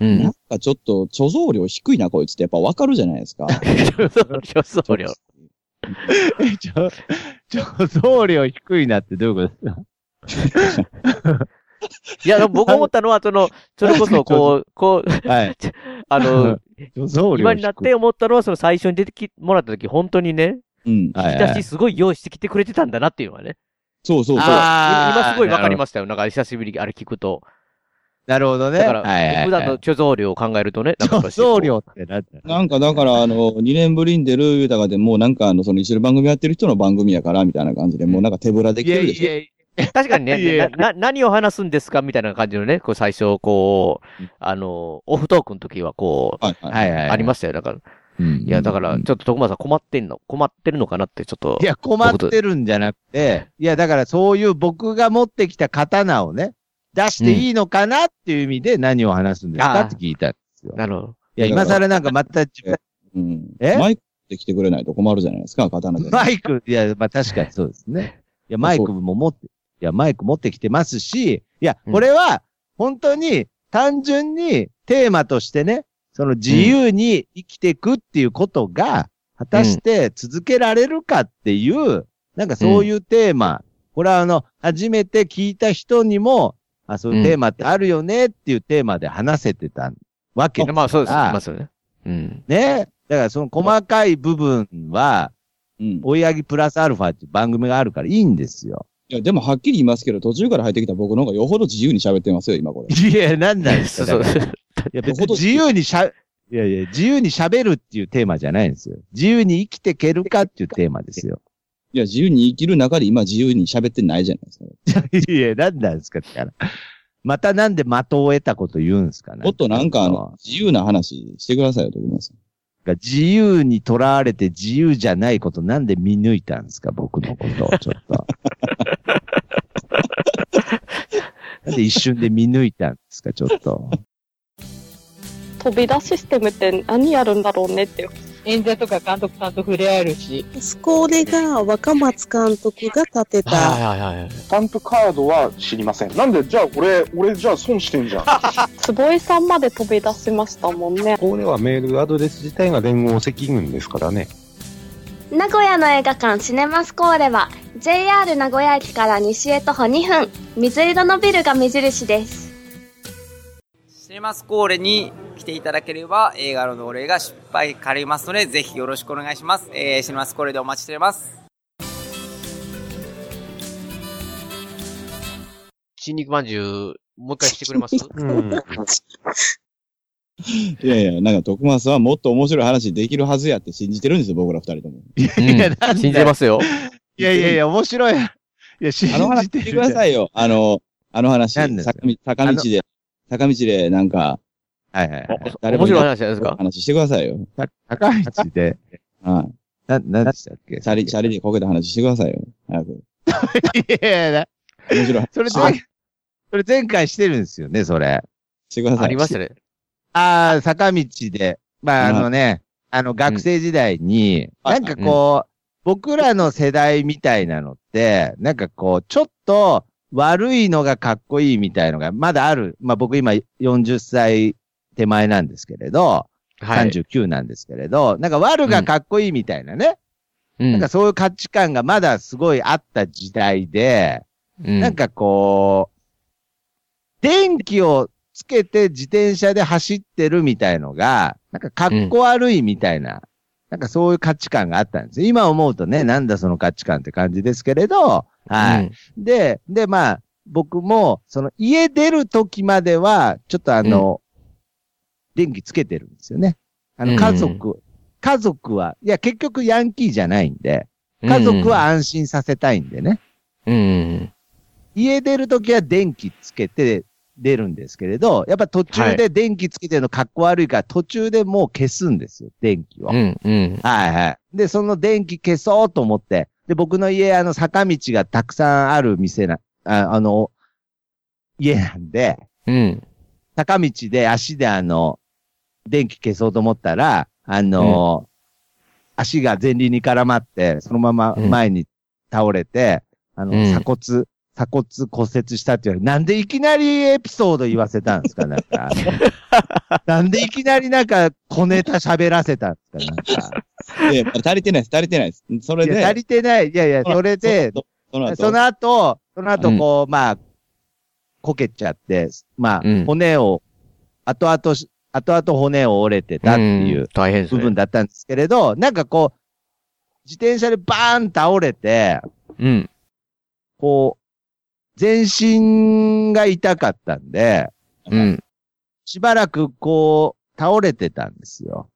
S1: う
S4: なんん。かちょっと貯蔵量低いなこいつってやっぱわかるじゃない ですか。
S1: 予想量。
S3: ちょ、ちょ、送料低いなってどういうことですか
S1: いや、でも僕思ったのは、そ の、それこそ、こう、こう、
S3: はい。
S1: あ の、
S3: 送料低い。
S1: 今になって思ったのは、その最初に出てきもらった時、本当にね、
S4: うん。
S3: はいはい、
S1: だし、すごい用意してきてくれてたんだなっていうのはね。
S4: そうそうそう。
S3: あー
S1: 今すごいわかりましたよ。なんか久しぶりにあれ聞くと。
S3: なるほどね。
S1: だから、
S3: はいはいはい
S1: 普段の貯蔵量を考えるとね、なんかやっぱり
S3: 送料ってなんだ
S4: なんかだから、あの、2年ぶりに出る言うたかでもうなんかあの、その一緒に番組やってる人の番組やから、みたいな感じで、もうなんか手ぶらで
S3: い
S4: きて
S3: や
S4: るでしょ。
S3: いやい
S1: 確かに
S3: いえい
S1: ね
S3: え、
S1: な、な何を話すんですかみたいな感じのね、こう最初、こう、あの、オフトークの時はこう、
S4: はい
S3: や、
S4: はい。
S3: はいはいはい。
S1: ありましたよ。だから、
S3: うん
S1: いや、だから、
S4: う
S1: ちょ
S4: ん
S1: っと徳間さん困ってんの、困ってるのかなって、ちょっと。
S3: いや、困ってるんじゃなくて、いや、だからそういう僕が持ってきた刀をね、出していいのかなっていう意味で何を話すんですかって聞いたんですよ。
S1: なるほど。
S3: いや、今更なんかまた、
S4: うん。
S3: え
S4: マイクで来てくれないと困るじゃないです か、刀で。
S3: マイク、いや、まあ確かにそうですね。いや、マイクも持って、いや、マイク持ってきてますし、いや、これは、本当に、単純にテーマとしてね、その自由に生きていくっていうことが、果たして続けられるかっていう、なんかそういうテーマ、これはあの、初めて聞いた人にも、あ、そういうテーマってあるよねっていうテーマで話せてたわけ
S1: まあ、そうです。
S3: ああ
S1: まあ、そうね。うん。
S3: ね。だからその細かい部分は、
S4: うん。
S3: 追い上げプラスアルファっていう番組があるからいいんですよ。
S4: いや、でもはっきり言いますけど、途中から入ってきた僕の方がよほど自由に喋ってますよ、今これ。
S3: いや、なんなんです
S1: そう
S3: か。
S1: そう
S3: だから。いや、別に自由にしゃ、いやいや、自由に喋るっていうテーマじゃないんですよ。自由に生きていけるかっていうテーマですよ。
S4: いや、自由に生きる中で今自由に喋ってないじゃないですか。
S3: いや、なんなんですか、だから。またなんで的を得たこと言うんですかね。
S4: もっとなんかあの、自由な話してくださいよ、徳松さん。
S3: 自由に囚われて自由じゃないことなんで見抜いたんですか、僕のことを、ちょっ と。なんで一瞬で見抜いたんですか、ちょっと。
S5: 飛び出システムって何やるんだろうねって
S6: 演者とか監督さんと触れ合えるし、
S7: これが若松監督が建てた。
S1: はいはいはい。
S8: スタンプカードは知りません。なんで、じゃあ俺、俺じゃあ損してんじゃん。
S5: 坪井さんまで飛び出しましたもんね
S9: ここではメールアドレス自体が連合赤軍ですからね。
S10: 名古屋の映画館シネマスコーレは JR 名古屋駅から西へ徒歩2分水色のビルが目印です
S11: シネマスコーレに来ていただければ映画の同例が失敗かりますのでぜひよろしくお願いします、えーシネマスコーレでお待ちしております
S1: 新肉まんじゅう、もう一回してくれます
S9: うん。
S4: いやいや、なんか徳松はもっと面白い話できるはずやって信じてるんですよ、僕ら二人とも。
S1: うん信じてますよ。
S3: いやいやいや、面 白い。いや、 信
S4: あの話
S3: じて
S4: 聞い
S3: る
S4: て
S3: じ
S4: く
S3: ゃん
S4: ださいよ。あの、あの話、
S3: 何ですか
S4: 坂道坂道で、坂道でなんか、
S3: はいはいはい。
S4: 誰
S1: 面
S4: もい
S1: 白い
S4: ない
S1: 話じゃないですか。
S4: 話してくださいよ。
S3: た高市で、
S4: は
S3: な、何でしたっけ
S4: い。チャリ、チャリでこけた話してくださいよ。早く。
S3: いやいや、
S4: 面白い話
S3: それ
S4: あ
S3: で、それ前回してるんですよね、それ。
S4: してください。
S1: ありましたね。
S3: ああ、坂道で。まあ、あ
S4: はい
S3: のね、あの、学生時代に、
S4: うん
S3: なんかこう、僕らの世代みたいなのって、なんかこう、ちょっと悪いのがかっこいいみたいのがまだある。まあ僕今40歳手前なんですけれど、
S1: はい。
S3: 39なんですけれど、なんか悪がかっこいいみたいなね、
S1: うん
S3: なんかそういう価値観がまだすごいあった時代で、
S1: うん
S3: なんかこう、電気をつけて自転車で走ってるみたいのが、なんかかっこ悪いみたいな、なんかそういう価値観があったんですよ。今思うとね、なんだその価値観って感じですけれど、はい。で、で、まあ、僕も、その家出る時までは、ちょっとあの、電気つけてるんですよね。あ
S1: う
S3: の、
S1: ん
S3: 家族、家族は、いや、結局ヤンキーじゃないんで、
S1: うん
S3: 家族は、安心させたいんでね。
S1: うん。
S3: 家出るときは電気つけて出るんですけれど、やっぱ途中で電気つけてるのかっこ悪いから、途中でもう消すんですよ、電気を。
S1: うん。うん。
S3: はいはい。で、その電気消そうと思って、で、僕の家、あの、坂道がたくさんある店な、ああの、家なんで、
S1: うん。
S3: 坂道で足であの、電気消そうと思ったら、あの、足が前輪に絡まって、そのまま前に倒れて、あの、
S1: うん
S3: 鎖骨、鎖骨骨折したって言われて、なんでいきなりエピソード言わせたんですかなん か。なんでいきなりなんか小ネタ喋らせたんですかなんか。
S4: いやいや足りてないです、足りてないです。それ
S3: い
S4: で、
S3: や足りてない。いやいや、それで、
S4: その後、
S3: そ
S4: その後
S3: の後、その後、こう、まあ、こけちゃって、まあ、
S1: うん
S3: 骨を、後々し、後々骨を折れてたってい
S1: ん
S3: う
S1: 大変です
S3: 部
S1: ね。
S3: 分だったんですけれど、なんかこう、自転車でバーン倒れて、
S1: うん。
S3: こう、全身が痛かったんで、
S1: うん。
S3: しばらくこう、倒れてたんですよ。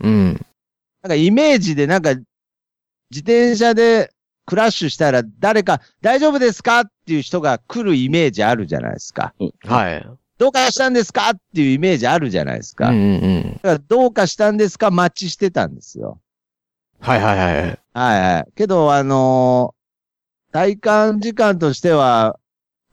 S1: うん。
S3: なんかイメージでなんか、自転車でクラッシュしたら誰か、大丈夫ですかっていう人が来るイメージあるじゃないですか。
S1: はい。
S3: どうかしたんですかっていうイメージあるじゃないですか。
S1: うん
S3: だ
S1: うんうん。
S3: からどうかしたんですか待ちしてたんですよ。
S1: はいはいはいはい。
S3: はいはい。けど、あのー体感時間としては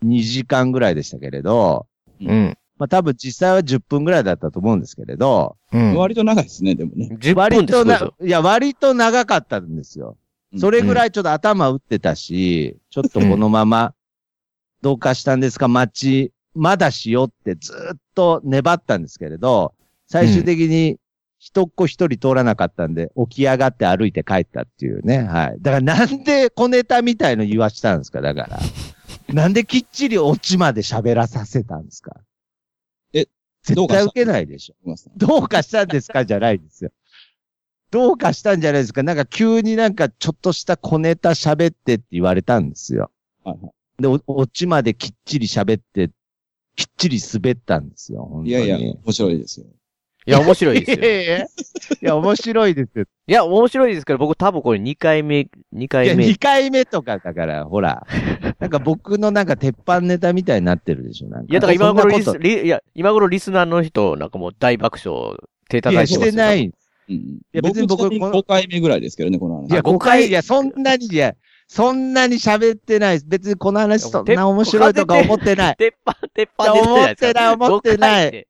S3: 2時間ぐらいでしたけれど、
S1: うん。
S3: まあ多分実際は10分ぐらいだったと思うんですけれど、
S1: うん。
S4: 割と長いですね、でもね。
S1: 10分
S3: 割
S1: ってす
S3: と
S1: ごいで
S3: な
S1: すよ。、
S3: いや、割と長かったんですよ。それぐらいちょっと頭打ってたし、ちょっとこのまま、どうかしたんですか待ち、まだしようってずーっと粘ったんですけれど、最終的に一っ子一人通らなかったんで、起き上がって歩いて帰ったっていうね。はい。だからなんで小ネタみたいの言わしたんですかだから。なんできっちりオチまで喋らさせたんですか
S4: え、ど
S3: 絶
S4: うかし
S3: 対
S4: た
S3: 受けないでしょ。
S4: 徳松さん
S3: どうかしたんですかじゃないんですよ。どうかしたんじゃないですかなんか急になんかちょっとした小ネタ喋ってって言われたんですよ。
S4: はいは
S3: で、おオチまできっちり喋って、きっちり滑ったんですよ。本当
S4: い
S3: に
S4: いやいや、面白いですよ。
S1: いや、面白いですよ。
S3: いやいやいや、面白 いですよ。
S1: いや、面白いですけど、僕多分これ2回目、2
S3: いや、
S1: 回目
S3: 2。回目とかだから、ほら。なんか僕のなんか鉄板ネタみたいになってるでしょなんか
S1: いや、だから今
S3: そんな
S1: 頃
S3: こ
S1: リス
S3: と、
S1: リいや、今頃リスナーの人、なんかもう大爆笑、手叩
S3: い
S1: いてますよ。
S3: や、してない。い
S4: うん。
S3: や別に僕
S4: 僕、5回目ぐらいですけどね、この話。
S3: や、
S1: 誤
S3: 誤
S1: 解
S3: 解、いや、そんなに、いや、そんなに喋ってないです。別にこの話そんな面白いとか思ってない。
S1: 鉄板、鉄板で。
S3: いや思ってない思ってない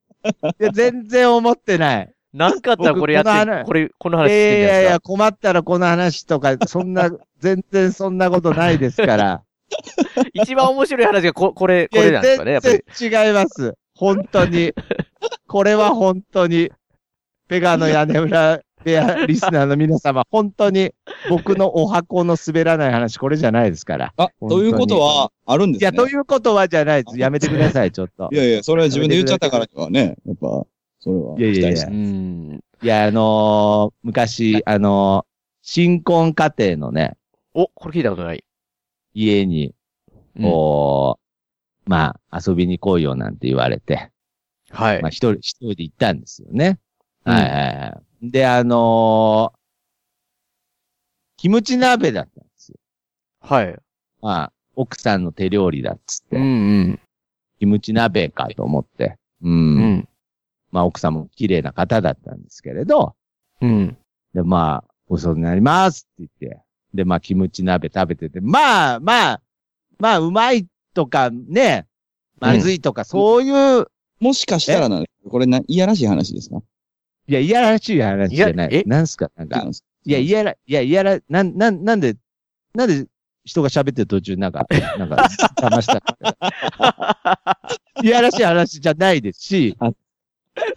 S3: いや、全然思って ない。
S1: なんかあったらこれやっ
S3: 僕この
S1: て、
S3: 話
S1: これ、この
S3: い
S1: 話して
S3: や
S1: ん
S3: い
S1: じゃない
S3: や
S1: で
S3: い
S1: す
S3: や、
S1: か。
S3: 困ったらこの話とか、そん な、全然そんなことないですから。
S1: 一番面白い話がこ、 これ、
S3: い
S1: これな
S3: や、
S1: んですかね、やっぱり
S3: 全。然違います。本当に。これは本当に。ペガの屋根裏部屋リスナーの皆様、本当に僕のお箱の滑らない話、これじゃないですから。
S4: あ、ということは、あるんで
S3: い
S4: す
S3: や、
S4: ね。
S3: ということはじゃないです。やめてください、ちょっと
S4: い。やいや、それは自分で言っちゃったからにはね、やっぱ、それは。
S3: いやいやいや
S4: 期待して
S1: うん。
S3: いや、あのー昔、あのー新婚家庭のね、
S1: お、これ聞いたことない。
S3: 家に、
S1: うん
S3: こう、まあ、遊びに来いよなんて言われて、
S1: はい。
S3: まあ、一人、一人で行ったんですよね。はいはいはい。で、あのーキムチ鍋だったんですよ。
S1: はい。
S3: まあ、奥さんの手料理だっつって、
S1: うんうん。
S3: キムチ鍋かと思って。うん。
S1: うん。
S3: まあ、奥さんも綺麗な方だったんですけれど、
S1: うん。
S3: で、まあ、ごちそうになりますって言って、で、まあ、キムチ鍋食べてて、まあ、まあ、まあ、うまいとかね、まずいとか、そういう、
S4: もしかしたらなんですこれな、いやらしい話ですか
S3: いや、いやらしい話じゃない
S1: いやえ
S3: い。なんすか、なんか、いや、いやら、いや、いやら、なん、なん、なんで、なんで人が喋ってる途中、なんか、なんか、騙した。いやらしい話じゃないですし
S4: あ、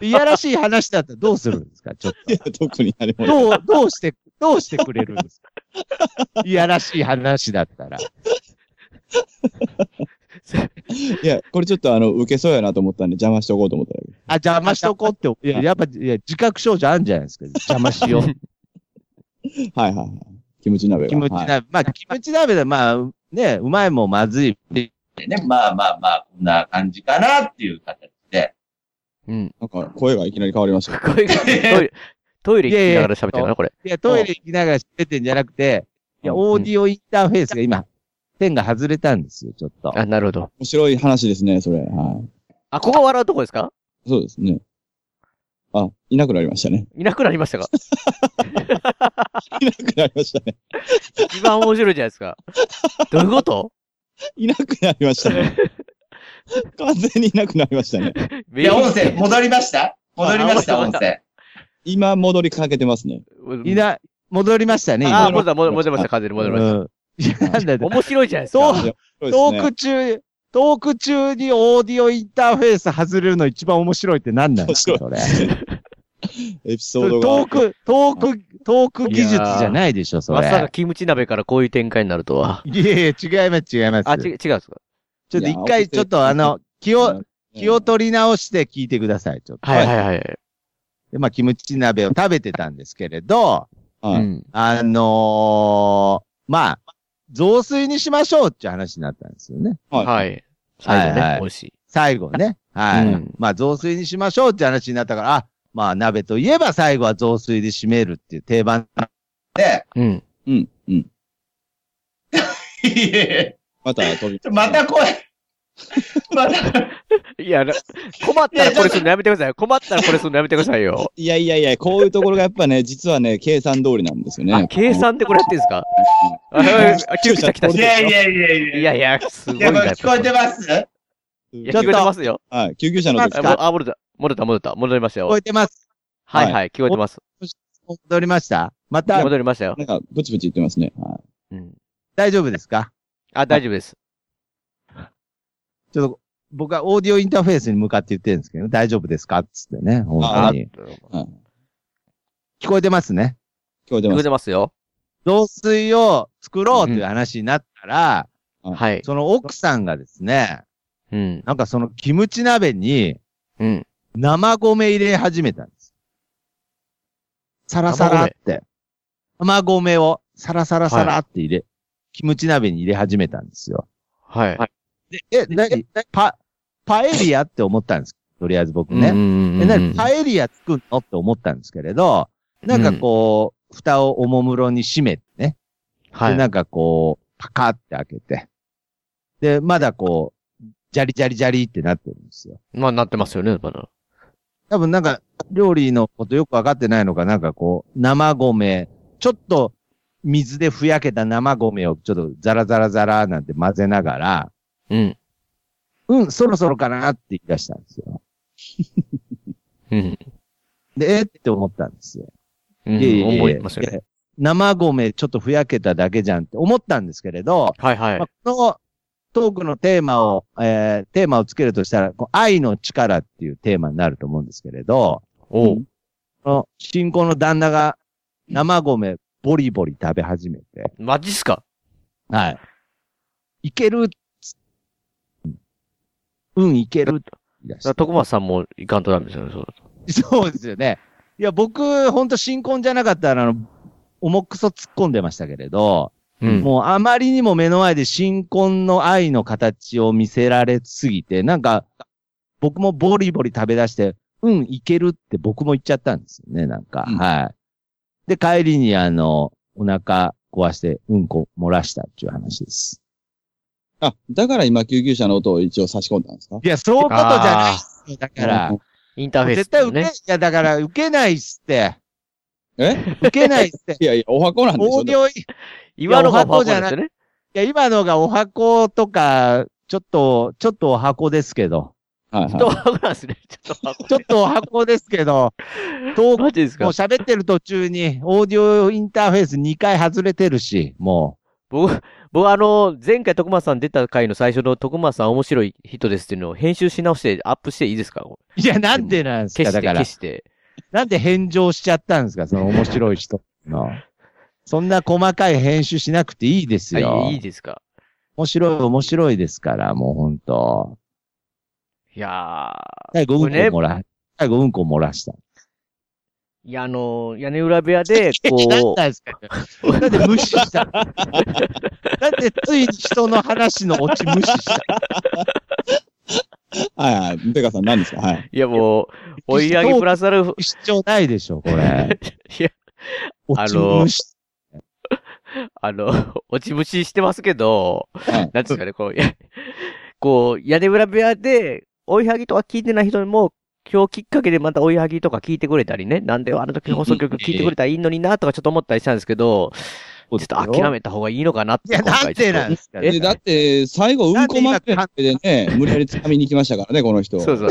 S3: いやらしい話だったらどうするんですかちょっ
S4: いや、特にあれ
S3: と。
S4: もない。
S3: どう、どうして、どうしてくれるんですかいやらしい話だったら。
S4: いや、これちょっとあの、受けそうやなと思ったんで邪魔しとこうと思っただけ。
S3: あ、邪魔しとこうって、いや、やっぱ、いや、自覚症状あるんじゃないですか。邪魔しよう。
S4: はいはいはい。キムチ鍋が。
S3: キムチ
S4: はい
S3: 鍋。まあ、キムチ鍋で、まあ、ね、うまいもんまずい。ね、まあまあまあ、こんな感じかなっていう形で。
S1: うん。
S4: なんか、声がいきなり変わりました。
S1: これ、トイレ、トイレ行きながら喋ってるかな、これ。
S3: いや、トイレ行きながら知っててんじゃなくて、いや、
S1: うん
S3: オーディオインターフェースが今、点が外れたんですよ、ちょっと。
S1: あ、なるほど。
S4: 面白い話ですね、それ。は
S1: あ、ここ笑うとこですか
S4: い。そうですね。あ、いなくなりました ね。
S1: いなくなりましたか
S4: いなくなりましたね。
S1: 一番面白いじゃないですか。どういうこと
S4: いなくなりましたね。完全にいなくなりましたね。
S1: い
S12: いや、音声、戻りました戻りました、
S1: あ
S12: 音
S1: 戻りま
S12: 声。
S4: 今、戻りかけてますね。
S3: いな、戻りましたね、
S1: あ、
S3: 今。
S1: 戻った、戻りました、完全に戻りまし
S3: うんいや、なんだ
S1: た。
S3: よ
S1: 面白いじゃないです
S3: ト
S1: か。
S3: ー
S4: そうです
S3: ト
S4: ね
S3: ーク中、トーク中にオーディオインターフェース外れるの一番面白いって何なんですか、それ。
S4: エピソ
S3: そ
S4: ー
S3: れ
S4: ドが。
S3: トーク、トーク、トーク技術じゃないでしょ、それ。
S1: まさかキムチ鍋からこういう展開になるとは。
S3: いやいや、違います、違います。
S1: あ、ち違うんですか
S3: ちょっと一回、ちょっとあの、気を、気を取り直して聞いてください、ちょっと。
S1: はいはいはい。
S3: で、まあ、キムチ鍋を食べてたんですけれど、
S1: う
S4: はい。。
S1: ん。
S3: あのーまあ、雑炊にしましょうっていう話になったんですよね。
S1: はいい。最後
S3: はい
S1: ね
S3: は、い
S1: 美味しい。
S3: 最後ね。はい。
S1: うん
S3: まあ、雑炊にしましょうって話になったから、あ、まあ、鍋といえば最後は雑炊で締めるっていう定番。
S12: で、
S1: うん。
S4: うん、うん。
S12: いえいえ
S4: また飛び。
S12: また声、また、
S1: いや、な困ったらこれするのやめてくださいよ。困ったらこれするのやめてくださいよ。
S4: いやいやいや、こういうところがやっぱね、実はね、計算通りなんですよ
S1: あ
S4: ね、。
S1: 計算でこれやってんですかあ、あ急に来た来た来
S12: いやい
S1: た。
S12: やいやいや。
S1: いやいや、すご
S12: い
S1: い
S12: や、こ
S1: な。
S12: れ聞こえてます
S1: いや
S3: ちょっ
S1: 聞
S3: と
S1: こえてますよ。
S4: はい。救急車の時
S3: ま
S1: あ、
S3: すか
S1: もあ戻った。戻った、戻った。戻りました
S3: 聞こ
S1: よ。
S3: えてます。
S1: はいはい、聞こえてます。
S3: 戻りましたまた、
S1: 戻りましたよ。
S4: なんか、ブチブチ言ってますね。は
S1: うん。
S3: 大丈夫ですか
S1: あ、大丈夫です。
S3: ちょっと、僕はオーディオインターフェースに向かって言ってるんですけど、大丈夫ですかっつってね、本当に。聞こえてますね。
S4: い。聞こえて
S1: 聞こ
S4: ま
S1: え
S4: す。
S1: てますよ。
S3: 雑炊を作ろうという話になったら、
S1: はい。
S3: その奥さんがですね、
S1: うん。
S3: なんかそのキムチ鍋に
S1: うん。
S3: 生米入れ始めたんです。サラサラって。生米をサラサラサラって入れ、キムチ鍋に入れ始めたんですよ。
S1: はい。
S3: え、なに、パ、パエリアって思ったんです。とりあえず僕ね。え、
S1: え
S3: なに、パエリア作るのって思ったんですけれど、なんかこう、蓋をおもむろに閉めてね。
S1: は
S3: で、
S1: い。
S3: なんかこう、パカって開けて。で、まだこう、ジャリジャリジャリってなってるんですよ。
S1: まあ、なってますよね、まだ。
S3: 多分なんか、料理のことよくわかってないのか、なんかこう、生米、ちょっと水でふやけた生米をちょっとザラザラザラなんて混ぜながら、
S1: うん。
S3: うん、そろそろかなって言い出したんですよ。
S1: うん。
S3: で、えーって思ったんですよ。
S1: うん
S3: いえいえいえ
S1: 思いますよね。
S3: 生米ちょっとふやけただけじゃんって思ったんですけれど、
S1: はいはい
S3: まあ。このトークのテーマを、えーテーマをつけるとしたら、こう愛の力っていうテーマになると思うんですけれど、
S1: おう。
S3: この新婚の旦那が生米ボリボリ食べ始めて、
S1: マジっすか
S3: はい。いけるっつうん、いけると言い出
S1: だから
S3: し
S1: 徳松さんもいかんとダメですよね、そうだと。
S3: て。 そうですよね。いや、僕、ほんと新婚じゃなかったら、あの、重くそ突っ込んでましたけれど、
S1: うん。
S3: もうあまりにも目の前で新婚の愛の形を見せられすぎて、なんか、僕もボリボリ食べ出して、うん、いけるって僕も言っちゃったんですよね、なんか。はい。で、帰りにあの、お腹壊して、うんこ漏らしたっていう話です。
S4: あ、だから今救急車の音を一応差し込んだんですか
S3: いや、そういうことじゃないっすよだか
S4: う
S3: ら
S4: ん。
S1: インターフェース
S3: 絶対受け、いや、だから受けないっすって。
S4: え
S3: 受けないっすって。
S4: いやいや、お箱 なんでしょ
S3: 大行い
S1: 今のがお箱
S3: いやお
S1: なんですよね
S3: いや、今のがお箱とか、ちょっと、ちょっとお箱ですけど。
S4: はい
S1: ちょっとお箱なんですね。ちょっとお箱。
S3: ちょっとお箱ですけど、トーク
S1: マジですか
S3: もう喋ってる途中に、オーディオインターフェース2回外れてるし、も
S1: 僕、僕あの、前回徳松さん出た回の最初の徳松さん面白い人ですっていうのを編集し直してアップしていいですか
S3: う。いや、なんでなんです
S1: 消し
S3: か、
S1: て、
S3: だから
S1: 消。して。
S3: なんで返上しちゃったんですか、その面白い人の。そんな細かい編集しなくていいですよ
S1: あ。いいいですか
S3: 面白い、面白いですから、もうほんと。
S1: いや
S3: 最後、うんこ
S1: これね
S3: 漏ら、最後、うんこ漏らした。
S1: ー、いや、あの、屋根裏部屋 で、
S3: なん
S1: こ、。
S3: なんですかなんで無視したなんでついに人の話のオチ無視した
S4: はいはい。ペガさん何ですかはいう
S1: いやもう、追い上げプラスアルファ、
S3: 必要ないでしょ、こ れ。
S1: いや、
S3: オチ無視。
S1: あの、落ちぶちしてますけど、
S4: はい
S1: なんですかね、こう、やこう、屋根裏部屋で、追いはぎとか聞いてない人にも、今日きっかけでまた追いはぎとか聞いてくれたりね、なんであの時放送局聞いてくれたらいいのになとかちょっと思ったりしたんですけど、ちょっと諦めた方がいいのかなっ
S3: い
S1: て
S3: や、
S1: 今
S3: な
S1: 回
S3: んでなんですか
S1: え
S4: で、だって、最後、うんこまみれでね、無理やり掴みに行きましたからね、この人。
S1: そうそう。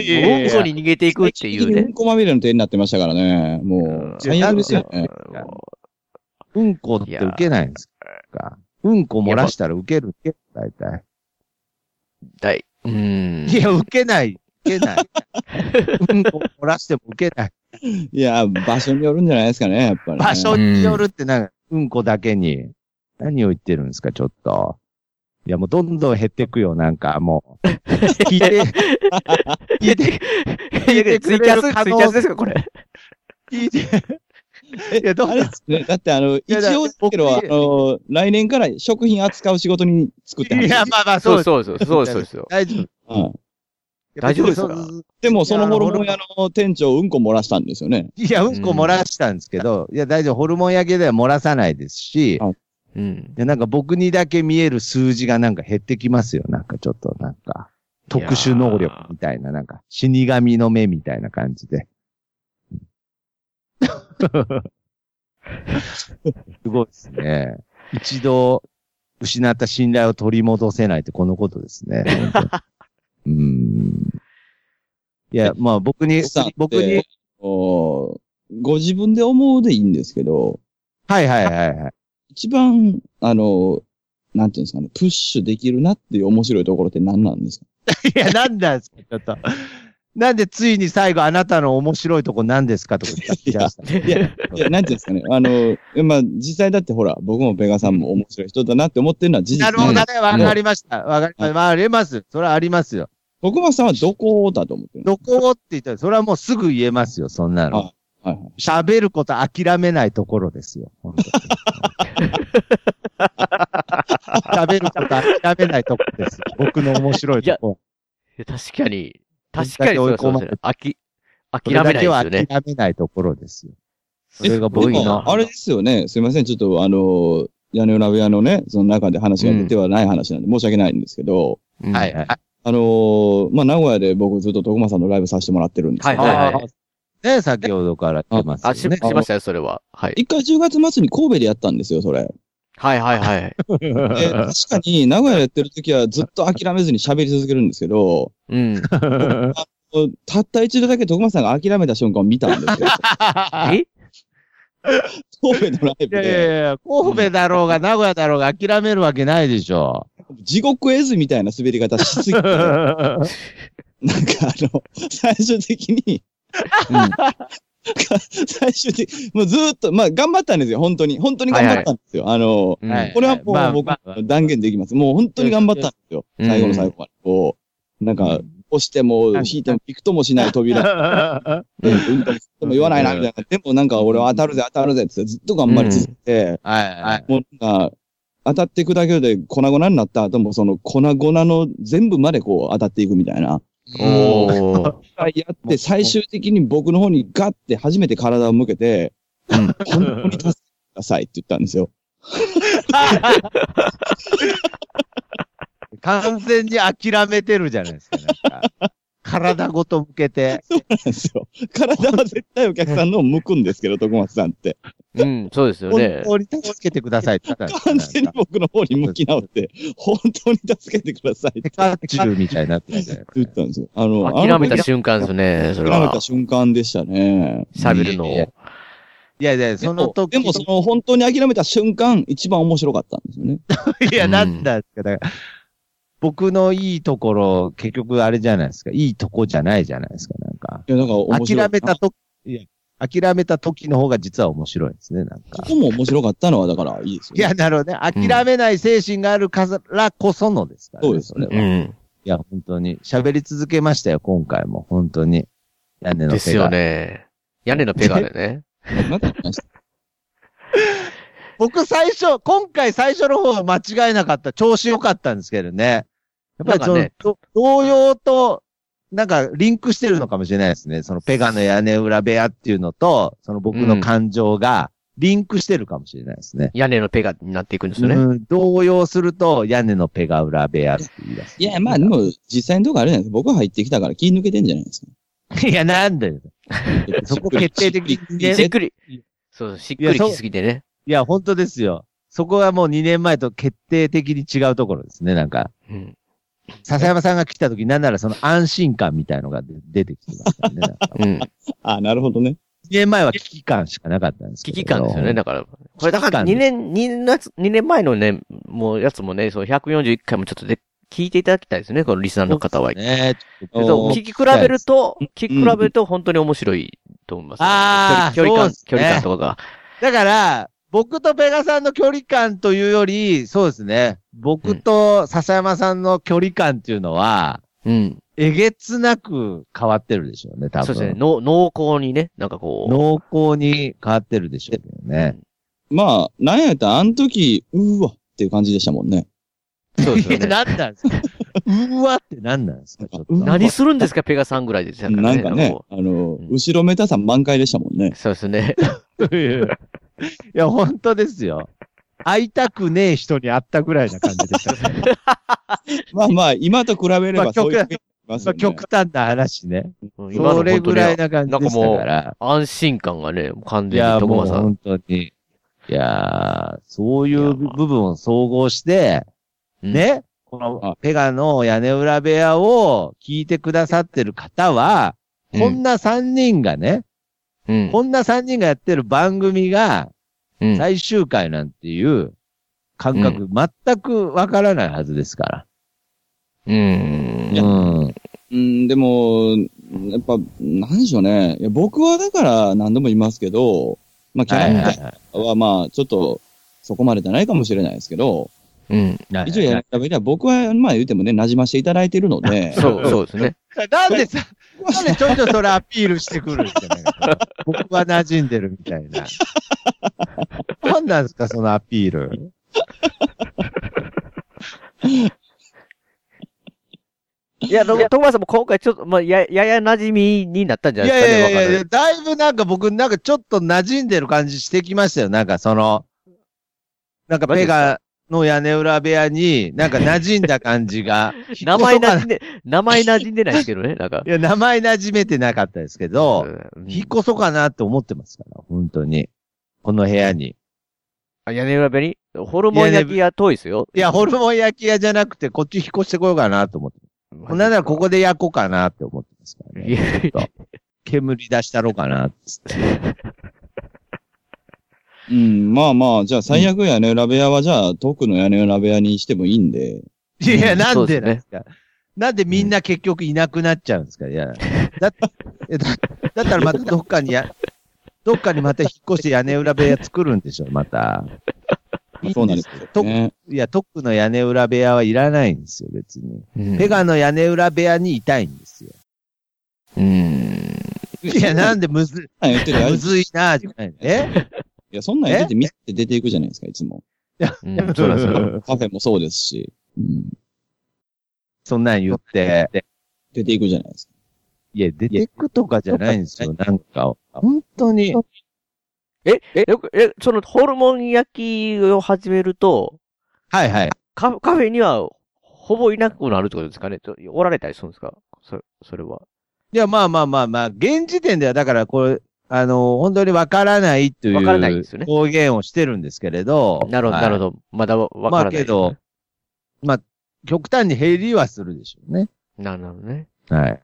S3: いやい
S1: うん
S3: や
S1: こに逃げていくっていう
S4: う
S1: ね
S4: ん。こまみれの手になってましたからね。もう、最悪ですよね。
S3: うんこって受けないんですかうんこ漏らしたら受ける、受ける、大体。
S1: だい、うーん。
S3: いや、受けない、受けない。うんこ漏らしても受けない。
S4: いや、場所によるんじゃないですかね、やっぱり、ね。
S3: 場所によるってなんか、うんこだけに。何を言ってるんですか、ちょっと。いや、もうどんどん減ってくよ、なんか、もう。聞いて、
S1: いや、て、
S3: いて
S1: ツ
S3: くれ
S1: イキ
S3: る
S1: ャス、
S3: 可能
S1: ツイキャスですか、これ。
S3: 聞いて。いや、ど
S4: あ
S3: う
S4: れですね。だって、あの、一
S3: やだ
S4: 応ですけど、あ
S3: 僕
S4: の、来年から食品扱う仕事に作ってはる
S3: いや、まあまあ、そう
S1: そ
S3: で
S1: う
S3: す。
S1: そうそう、そうそうですよ。
S3: 大丈夫。
S4: うん。
S1: 大丈夫ですか
S3: そう
S4: でも、そのホルモン屋の店長、うんこ漏らしたんですよね。
S3: いや、うんこ漏らしたんですけど、いや、大丈夫。ホルモン焼けでは漏らさないですし、
S4: あ
S1: うん。
S3: で、なんか僕にだけ見える数字がなんか減ってきますよ。なんかちょっとなんか、特殊能力みたいな、なんか死神の目みたいな感じで。すごいですね。一度失った信頼を取り戻せないってこのことですね。本当にうーん。いや、まあ僕に
S4: さん、
S3: 僕に、
S4: おご自分で思うでいいんですけど、
S3: はいはいはいはい。
S4: 一番、あの、なんていうんですかね、プッシュできるなっていう面白いところって何なんですか
S3: いや、なんなんですか、ちょっと。なんでついに最後あなたの面白いとこ何ですかとか言ってらっし ゃった
S4: いや、いやなんていうんですかね、あの、まあ、実際だってほら、僕もペガさんも面白い人だなって思ってるのは事実
S3: なるほどね。わ
S4: うん
S3: かりました。わかりました。まあ、あります。それはありますよ。
S4: 徳松さんはどこだと思ってるの
S3: どこをって言ったら、それはもうすぐ言えますよ、そんなの。
S4: はいはい。
S3: 喋ること諦めないところですよ。本当に喋ること諦めないところですよ。僕の面白いとこ
S1: いや確かに、
S3: どん
S1: 確
S3: だ
S1: か
S3: け
S1: にそう
S3: 追い
S1: です
S3: 込
S1: よ
S3: ま
S1: ね
S3: れて。
S1: あき、
S3: ろ。
S1: 諦めないですよ
S3: それだ
S1: ね
S3: け。は諦めないところですよ。それが
S1: 多
S3: 僕
S1: い
S4: で
S3: の
S1: な
S4: も、あれですよね。すいません。ちょっと、あの、屋根裏部屋のね、その中で話が出てはない話なんで、申し訳ないんですけど、
S1: うん
S3: はいはい。
S4: あのまあ、名古屋で僕ずっと徳間さんのライブさせてもらってるんですけど、
S1: はいはいはい
S3: ね、先ほどから言ってます
S1: あ、し、
S3: よね。
S1: しましたよ、それは。はい。
S4: 一回10月末に神戸でやったんですよ、それ。
S1: はいはいはい。
S4: で、確かに名古屋でやってる時はずっと諦めずに喋り続けるんですけど、
S1: うん。
S4: たった一度だけ徳間さんが諦めた瞬間を見たんですよ。
S1: え
S4: 神戸のライ
S3: い
S4: ブ
S3: やい
S4: で、
S3: やいや、神戸だろうが名古屋だろうが諦めるわけないでしょ。
S4: 地獄絵図みたいな滑り方しすぎて、なんかあの、最終的に、最終的に、もうずーっと、まあ頑張ったんですよ、本当に。本当に頑張ったんですよ。あの、
S1: うん
S3: はい
S4: これはも
S3: まあ
S4: う僕
S3: まあまあ
S4: 断言できます。もう本当に頑張ったんですよ。
S1: うん
S4: 最後の最後まで。こう、なんか、押しても、引いても、びくともしない扉。うん、うんともすっとも言わないな、みたいな。でもなんか俺は当たるぜ、当たるぜってずっと頑張り続けて、
S3: はいはい。
S4: もうなんか、当たっていくだけで粉々になった後も、その粉々の全部までこう当たっていくみたいな。
S3: おー。
S4: はい、やって、最終的に僕の方にガッて初めて体を向けて、本当に助けてくださいって言ったんですよ。
S3: 完全に諦めてるじゃないですか。なんか体ごと向けて。
S4: そうなんですよ。体は絶対お客さんのを向くんですけど、徳松さんって。
S1: うん、そうですよね。
S3: 本当に助けてくださいって言ったんですよ
S4: 完全に僕の方に向き直って、本当に助けてくださいって。
S3: チューみたいになってるじゃない
S4: 言ったんですよ。あの、
S1: 諦めた瞬間
S4: 間。
S1: ですね、それ
S4: 諦め
S1: は
S4: た。瞬間でしたね。
S1: 喋るのを。
S3: いやいや、その時
S4: でも、その、本当に諦めた瞬間、一番面白かったんですよね。
S3: いや、なんだっけ、だから、僕のいいところ、結局あれじゃないですか。いいとこじゃないじゃないですか、なんか。
S4: いや、なんか面白い。
S3: 諦めたと、いや、諦めた時の方が実は面白いですね、なん
S4: こ
S3: か。
S4: こも面白かったのは、だから、いいですよ、
S3: いや、、なるほどね。諦めない精神があるからこそのですからね、
S4: そうですね
S3: れはいうや、本当に。喋り続けましたよ、今回も。本当に。屋根の手が。
S1: ですよね。屋根のペガでね。
S4: なんかね
S3: 僕最初、今回最初の方間違えなかった。調子良かったんですけどね。やっぱりその、
S1: なんかね
S3: ど同様と、なんかリンクしてるのかもしれないですね。そのペガの屋根裏部屋っていうのと、その僕の感情がリンクしてるかもしれないですね。
S1: 屋根のペガになっていくんです
S3: う
S1: よね。
S3: ん、同様すると屋根のペガ裏部屋って言 い出す。
S4: いや、まあでも、実際のとこあれじゃないですか。僕入ってきたから気抜けてんじゃないですか。
S3: いや、なんだよ。そこ決定的 にね
S1: しっくり。そう、しっくりきすぎてね。
S3: いや、本当ですよ。そこはもう2年前と決定的に違うところですね、なんか。
S1: うん
S3: 笹山さんが来た時、なんならその安心感みたいのが出出てきてましたね。なんか2
S1: うん。
S4: あ、なるほどね。
S3: 年前は危機感しかなかったんですけ
S1: 危
S3: ど。
S1: 機感ですよね。だから、これだから
S3: 危機
S1: 2
S3: 感
S1: 年、二年のやつ、二年前のね、もうやつもね、そう141回もちょっとで聞いていただきたいですね、このリスナーの方は。
S3: ね。
S1: けど
S4: おー
S1: 聞き比べると
S4: うん、
S1: 聞き比べると本当に面白いと思います、
S3: あー
S1: 距離距離
S3: そう
S1: 感、
S3: ですね
S1: 距離感とかが。
S3: だから、僕とペガさんの距離感というより、そうですね。僕と笹山さんの距離感っていうのは、
S1: うん。
S3: えげつなく変わってるでしょうね、多分。
S1: そうですね。の濃厚にね、なんかこう。
S3: 濃厚に変わってるでしょうけどね。
S4: まあ、なんやったら、あの時、うーわっていう感じでしたもんね。
S1: そうですよ
S3: いや、
S1: ね。
S3: なんなんですかうわってなんなんですかちょっと。
S1: 何するんですか、ペガさんぐらいですよ
S4: なんかね
S1: こ、
S4: あの
S1: う、ん
S4: 後ろめたさ満開でしたもんね
S1: う。そうですね。
S3: いや、本当ですよ。会いたくねえ人に会ったぐらいな感じでした、ね。
S4: まあまあ、今と比べれ
S3: まあ
S4: ばそう
S3: 極
S4: いう、ますよ
S3: まあ
S4: ね
S3: 極端な話ね。
S1: うん今の 本当
S3: それ
S1: に
S3: ぐらいな感じでしたから。
S1: 安心感がね、完
S3: い
S1: 全
S3: や、
S1: に徳
S3: もう
S1: 間さん。
S3: 本当に。いやー、そういう部分を総合して、
S1: うん
S3: ね、このペガの屋根裏部屋を聞いてくださってる方は、
S1: うん
S3: こんな3人がね、
S1: うん。
S3: こんな3人がやってる番組が、
S1: うん
S3: 最終回なんていう感覚、全くわからないはずですから。
S1: うん。
S3: うん。
S4: うん、でも、やっぱ、なんでしょうね。いや僕はだから何度も言いますけど、まあ、キャラ
S3: はい
S4: み
S3: は
S4: た
S3: い
S4: いなのはまあ、ちょっと、そこまでじゃないかもしれないですけど、
S1: うん。
S3: はい。
S4: 以上やべりゃ僕は、まあ言うてもね、馴染ましていただいてるので、
S1: そう、そうですね。
S3: なんでさ、 なんでちょいちょいそれアピールしてくるんですかね。 僕は馴染んでるみたいな。なんなんですか、そのアピール。
S1: いや、徳間さんも今回ちょっと、まあ、や、やや馴染みになったんじ
S3: い
S1: ゃ
S3: や
S1: ない
S3: い
S1: ですかね。
S3: やいやい
S1: わ
S3: や、だいぶなんか僕、なんかちょっと馴染んでる感じしてきましたよ。なんかその、なんかペガの屋根裏部屋に、なんか馴染んだ感じが。
S1: かんない名前馴染んで、名前馴染んでないですけどね、なんか
S3: い。や、名前馴染めてなかったですけど、
S1: うん
S3: 引っ越そうかなって思ってますから、本当に。この部屋に。
S1: あ、屋根裏部屋にホルモン焼き屋遠いですよ。
S3: いや、ホルモン焼き屋じゃなくて、こっち引っ越してこようかなと思って。
S1: モ
S3: なんならここで焼こうかなって思ってますから
S1: い
S3: ね。
S1: やいや
S3: 煙出したろうかなっつって。
S4: うん、まあまあ、じゃあ最悪屋根裏部屋は、じゃあ、特の屋根裏部屋にしてもいいんで、
S3: いや、な
S1: そうんで
S3: です
S1: ね
S3: なんですか。なんでみんな結局いなくなっちゃうんですかいや。だっえだだったらまたどっかにや、どっかにまた引っ越して屋根裏部屋作るんでしょ、また。い
S4: そう
S3: いん
S4: なん
S3: で
S4: ですすよ、
S3: と
S4: ね。
S3: いや、特の屋根裏部屋はいらないんですよ、別に。
S1: うん
S3: ペガの屋根裏部屋にいたいんですよ。
S1: うん。
S3: いや、なんでむず、
S4: そんなん言ってるや
S3: む
S4: つ
S3: ずいなじゃないの。え
S4: いや、そんなん言ってて、見て出ていくじゃないですか、いつも。
S1: うんそうなんですよ。
S4: カフェもそうですし。うん
S3: そんなん言って。
S4: 出ていくじゃないですか。
S3: いや、出てくとかじゃないんですよ、なんか。本当に。
S1: え、え、よくえ、その、ホルモン焼きを始めると、
S3: はいはい。
S1: カカフェには、ほぼいなくなるってことですかねちょおられたりするんですかそれ、それは。
S3: いや、まあまあまあまあ、現時点では、だからこれ、あの、本当にわからないとい
S1: わからないですよ
S3: う
S1: ね
S3: 公言をしてるんですけれど。
S1: なるほど、
S3: はい
S1: なるほど。まだわわか
S3: ま
S1: らな
S3: あ
S1: い。
S3: けど、まあ、極端に減りはするでしょうね。
S1: なるほどね。
S3: はいはいはい。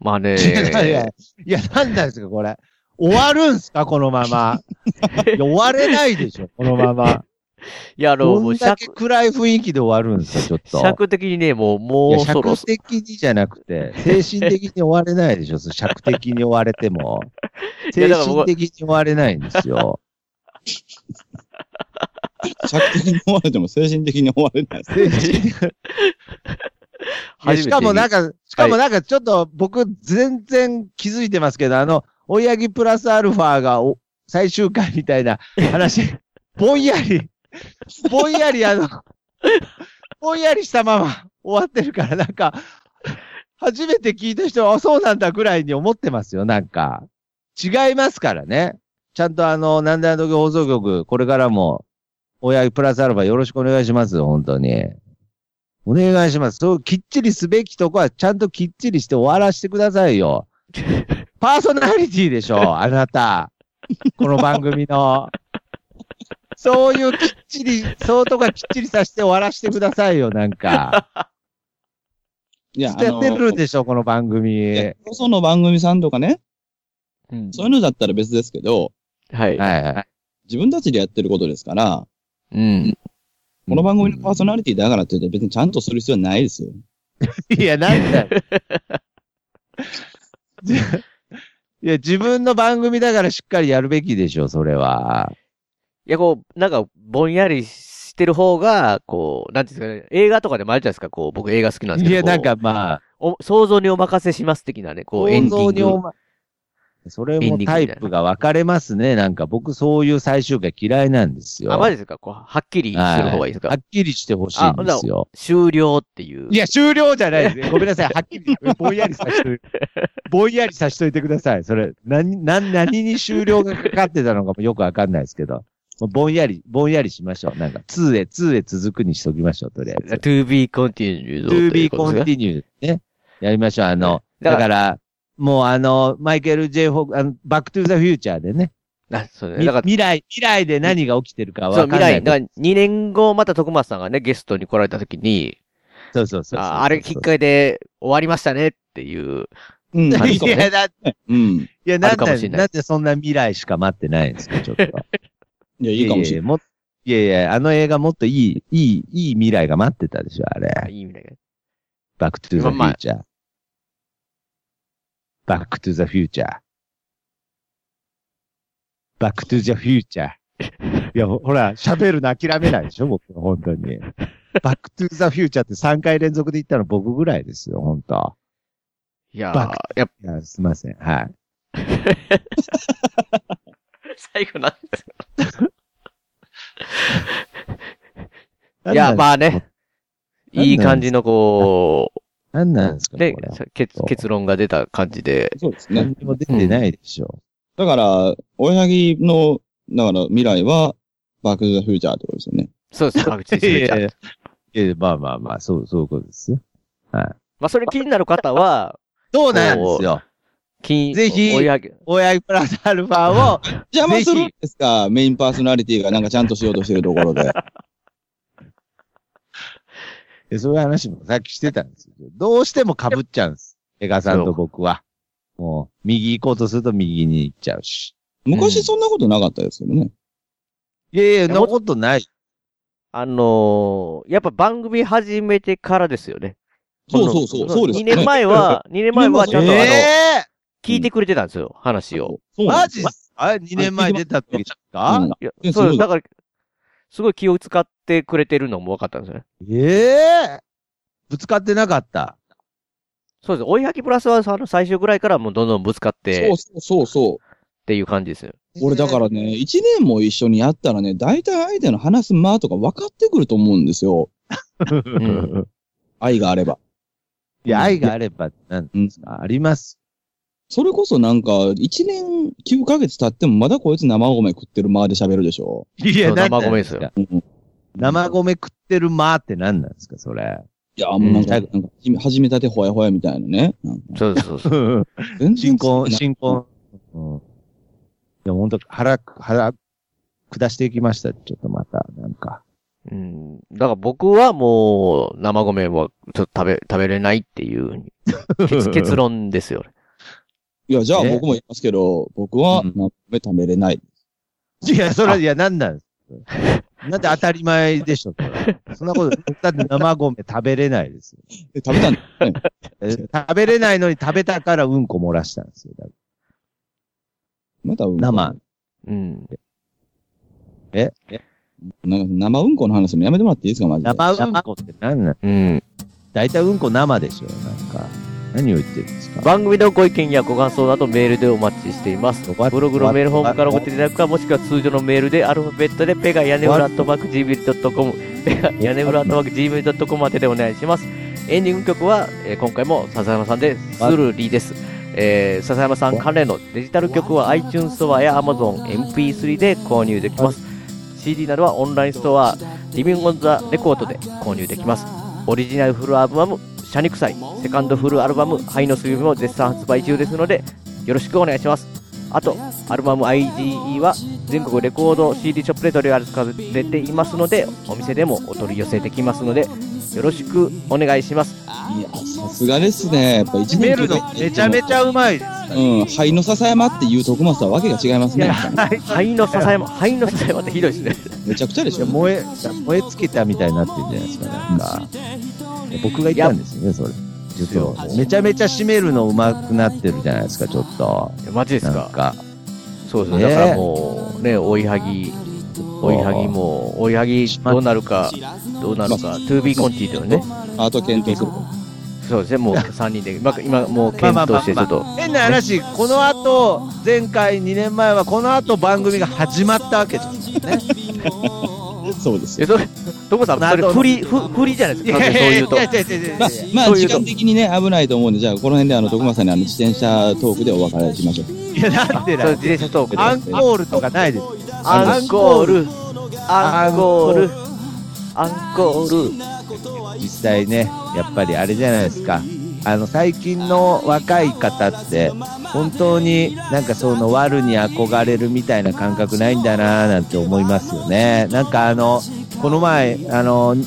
S1: まあね。
S3: いやいや、 いや、なんなんですか、これ。終わるんすか、このまま。いや終われないでしょ、このまま。
S1: いや、あの、も
S3: ど
S1: うん
S3: だ
S1: 尺
S3: け、暗い雰囲気で終わるんですか、ちょっと。
S1: 尺的にね、もう、
S3: い
S1: もう
S3: や
S1: そろ
S3: 尺
S1: そ
S3: 的にじゃなくて、精神的に終われないでしょ、その尺的に終われても。
S1: いや
S3: 精
S1: だから僕
S3: 神的に終われないんですよ。
S4: 着的に思われても精神的に思われないです。
S1: 初めて
S3: しかもな
S1: は
S3: んか
S1: い、
S3: しかもなんかちょっと僕全然気づいてますけど、あの、追い上げプラスアルファがお最終回みたいな 話、ぼんやり、ぼんやりあの、ぼんやりしたまま終わってるからなんか、初めて聞いた人は、あそうなんだぐらいに思ってますよ、なんか。違いますからね。ちゃんとあの、なんであの時放送局、これからも、親プラスアルファよろしくお願いします、本当に。お願いします。そう、きっちりすべきとこはちゃんときっちりして終わらせてくださいよ。パーソナリティでしょ、あなた。この番組の。そういうきっちり、そうとかきっちりさせて終わらせてくださいよ、なんか。
S4: いや、あ
S3: や
S4: の
S3: ってるでしょ、この番組。
S4: よその番組さんとかね、
S1: うん
S4: そういうのだったら別ですけど、
S1: はい。
S3: はいはい。
S4: 自分たちでやってることですから、
S1: うん。
S4: この番組のパーソナリティだからって言って別にちゃんとする必要はないですよ。
S3: いや、なんだよ。 じいや、自分の番組だからしっかりやるべきでしょ、それは。
S1: いや、こう、なんか、ぼんやりしてる方が、こう、なんていうんですかね、映画とかでもあるじゃないですか、こう、僕映画好きなんですけ
S3: い
S1: ど。
S3: や、
S1: こう
S3: なんかまあ、
S1: お想像にお任せします的なね、こう、エン
S3: 構
S1: ディン
S3: 造にお
S1: グ。
S3: ま、それ
S1: エンディン
S3: も
S1: グみた
S3: タ
S1: い
S3: イ
S1: な
S3: プが分かれますね。なんか僕そういう最終回嫌いなんですよ。
S1: あ、マジですかこう、はっきりする方がいいですか、
S3: はいはっきりしてほしいんですよ。
S1: 終了っていう。
S3: いや、終了じゃないで すね。ごめんなさい。はっきり、ぼんやりさしといて、ぼんやりさしといてください。それ、何、何、何に終了がかかってたのかもよくわかんないですけど。もうぼんやり、ぼんやりしましょう。なんか、2へ、2へ続くにしときましょう、とりあえず。
S1: to be continued.
S3: to be
S1: という
S3: continued ね。やりましょう。あの、
S1: だ
S3: だ
S1: か
S3: からら、もうあの、マイケル・ J ・フォック、あの、バック・トゥ・ザ・フューチャーでね。
S1: あそうね。
S3: み
S1: だから、
S3: 未来、未来で何が起きてるかわ
S1: そう、
S3: かん
S1: 未
S3: な
S1: 来、
S3: い。
S1: だから2年後、また徳松さんがね、ゲストに来られた時に、
S3: そうそうそうそう
S1: ああれきっかけで終わりましたねっていう。
S4: うん、
S1: け
S3: いや、だって、
S4: うん。い
S3: いや、な
S1: あ
S3: ん
S1: るかもしれ
S3: で、
S1: ない
S3: なんでそんな未来しか待ってないんですか、ちょ っと。
S4: や、いいかもしれない。
S3: もっいやいや、あの映画もっといい、いい、いい未来が待ってたでしょ、あ
S1: あ
S3: れ。
S1: いい意味だけど。
S3: バックトゥーザフューチャー。バックトゥーザフューチャー。バックトゥーザフューチャー。 いや、ほほら、喋るの諦めないでしょ、僕、本当に。バックトゥーザフューチャーって3回連続で言ったの僕ぐらいですよ、本当
S1: いや
S3: バ
S1: ー
S3: ック、
S1: やっ
S3: いや、すいません、はい。
S1: ぱ最後なんですか
S3: 何
S1: いや、ま
S3: なん
S1: あね。いい感じのこ
S3: 何なんです
S1: う、
S3: か、
S1: ね
S3: これ。、
S1: 結結論が出た感じで。
S4: そうですね
S3: 何。にも出てないでしょ。
S4: だから、おやぎの、だから未来は、バック・ザ・フューチャーってことですよね。
S1: そうです、 確実に
S3: い
S1: 滑っちゃ
S3: や
S1: う
S3: いやいや、まあまあまあ、そう、そういうことですよ。はい。
S1: まあ、それ気になる方は、
S3: そうなんですよ。
S1: 金、
S3: ぜひ
S1: 追い上げ、
S3: 親プラスアルファを、
S4: 邪魔する
S3: ぜ
S4: ん
S3: ひ
S4: ですかメインパーソナリティがなんかちゃんとしようとしてるところで。
S3: でそういう話もさっきしてたんですけど、どうしても被っちゃうんです。エガさんと僕は。もう、右行こうとすると右に行っちゃうし。
S4: 昔そんなことなかったですけどね。
S3: いやいや、そんなことない。
S1: あのーやっぱ番組始めてからですよね。
S4: そうそうそう、そうです
S1: 2年前は、2年前はちゃんとあの、
S3: え
S1: 聞いてくれてたんですよ、話を。
S4: そ
S3: ー
S4: うなん
S3: マ
S4: です
S3: ジっすあれ、2年前出た時ですか、
S4: うん
S1: いや
S4: え、
S1: そう
S4: そ
S1: で。
S4: うですす
S1: だから、すごい気を使ってくれてるのも分かったんですよね。
S3: ええーぶつかってなかった。
S1: そうです。追いはきプラスは、あの、最初ぐらいからもうどんどんぶつかって、
S4: そ
S1: っ
S4: うそうそうそう。
S1: ていう感じですよ。
S4: 俺だからね、一年も一緒にやったらね、大体相手の話す間とか分かってくると思うんですよ。
S1: ん
S4: 愛があれば。
S3: いや、愛があれば、なん
S4: です
S3: か、あります。
S4: それこそなんか、1年9ヶ月経ってもまだこいつ生米食ってる間で喋るでしょ。
S3: いや、なんなんか
S4: よ。うん
S3: 生米食ってる間って何なんですか、それ。。
S4: いや、もうなんか、なんか始めたてほやほやみたいなね。
S1: そうそう そう
S3: 新婚、新婚。うん。でも本当腹、腹、下していきました。ちょっとまた、なんか。
S1: うん。だから僕はもう、生米はちょっと食べ、食べれないっていうふうに結結論ですよ。
S4: いや、じゃあ僕も言いますけど、僕は生米食べれない。
S3: いや、それ、いや、なんなんなんで当たり前でしょ、それそんなこと、だって生米食べれないですよ。
S4: 食べたん
S3: 食べれないのに食べたからうんこ漏らしたんですよ。だから
S4: またうんこ
S3: 生。
S1: うん。
S3: え
S4: なんか生うんこの話もやめてもらっていいですか、マジで。
S3: 生うんこって何なん
S1: うん。
S3: 大体うんこ生でしょ、なんか。何を言ってるんですか
S1: 番組のご意見やご感想などメールでお待ちしています。ブログのメールフォームから送っていただくか、もしくは通常のメールでアルファベットでペガ屋根裏アットマーク Gmail.com、ペガ屋根裏アットマーク Gmail.com 宛てでお願いします。エンディング曲は、えー今回も笹山さんで、スルリです。えー、笹山さん関連のデジタル曲は iTunes ストアや Amazon MP3 で購入できます。CD などはオンラインストア、リビングオンザレコードで購入できます。オリジナルフルアルバム、シャニクサイ、セカンドフルアルバム、ハイのスイムも絶賛発売中ですので、よろしくお願いします。あと、アルバム IDE は全国レコード CD ショップで取り扱われていますので、お店でもお取り寄せできますので、よろしくお願いします。
S4: さすがですね。やっぱ一年9ヶ月
S3: めちゃめちゃうまいです。
S4: うん、灰の笹山っていう徳松とはわけが違いますね。
S1: 灰の笹 山、灰の笹山ってひどいですね。
S4: めちゃくちゃでし
S3: ょ。燃え、燃え尽きたみたいになってるんじゃないですか、なんか。僕が言ったんですよね、それ。ちょっと、めちゃめちゃ締めるの上手くなってるじゃないですか、ちょっと。
S1: マジですか
S3: なんか。
S1: そうですね。だからもう、ね、追いはぎ、追いはぎも、追いはぎどうなるか、どうなるか、to be continued ね。
S4: あと検討する
S1: そうですね、もう3人で、まあ今もう検討して、ちょっと。
S3: 変な話、この後、前回2年前はこの後番組が始まったわけです よね。
S4: そうです
S1: よ。トモさん、それ振り、ふ振りじゃないですか、完全にそういうと。
S4: まあ、まあ、時間的にね、危ないと思うんで、じゃあ、この辺で、あの、徳間さんに、あの、自転車トークでお別れしましょう。
S3: いや、なんでだ
S1: そう自転車トークで
S3: アンコールとかないです。
S1: アンコール、アンコール、アンコール。
S3: 実際ね、やっぱりあれじゃないですか。あの、最近の若い方って、本当になんかその悪に憧れるみたいな感覚ないんだなぁなんて思いますよね。なんかあの、この前、あの、二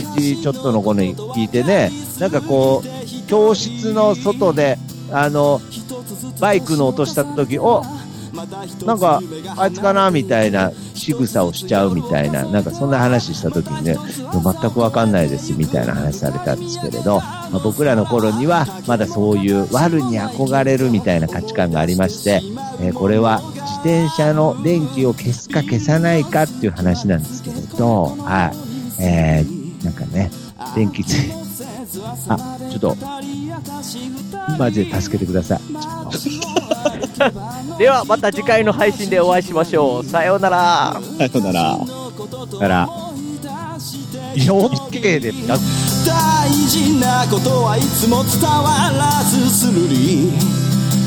S3: 十歳ちょっとの子に聞いてね、なんかこう、教室の外で、あの、バイクの音した時、おなんか、あいつかなみたいな仕草をしちゃうみたいな、なんかそんな話した時にね、全くわかんないですみたいな話されたんですけれど、まあ僕らの頃にはまだそういう悪に憧れるみたいな価値観がありまして、えーこれは自転車の電気を消すか消さないかっていう話なんですけれど、はい。えー、なんかね、電気つい、あ、ちょっと、マジで助けてください。
S1: では、また次回の配信でお会いしましょう。さようなら。
S4: さよなら。
S3: だから、いや、OK ですか
S2: 大事なことはいつも伝わらずするり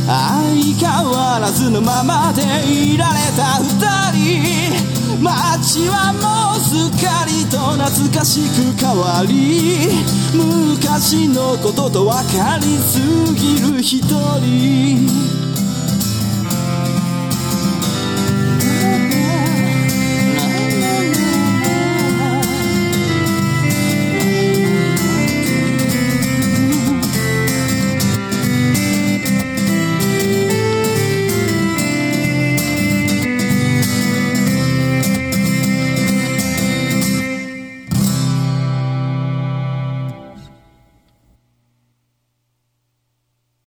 S2: 相変わらずのままでいられた二人街はもうすっかりと懐かしく変わり昔のことと分かりすぎる一人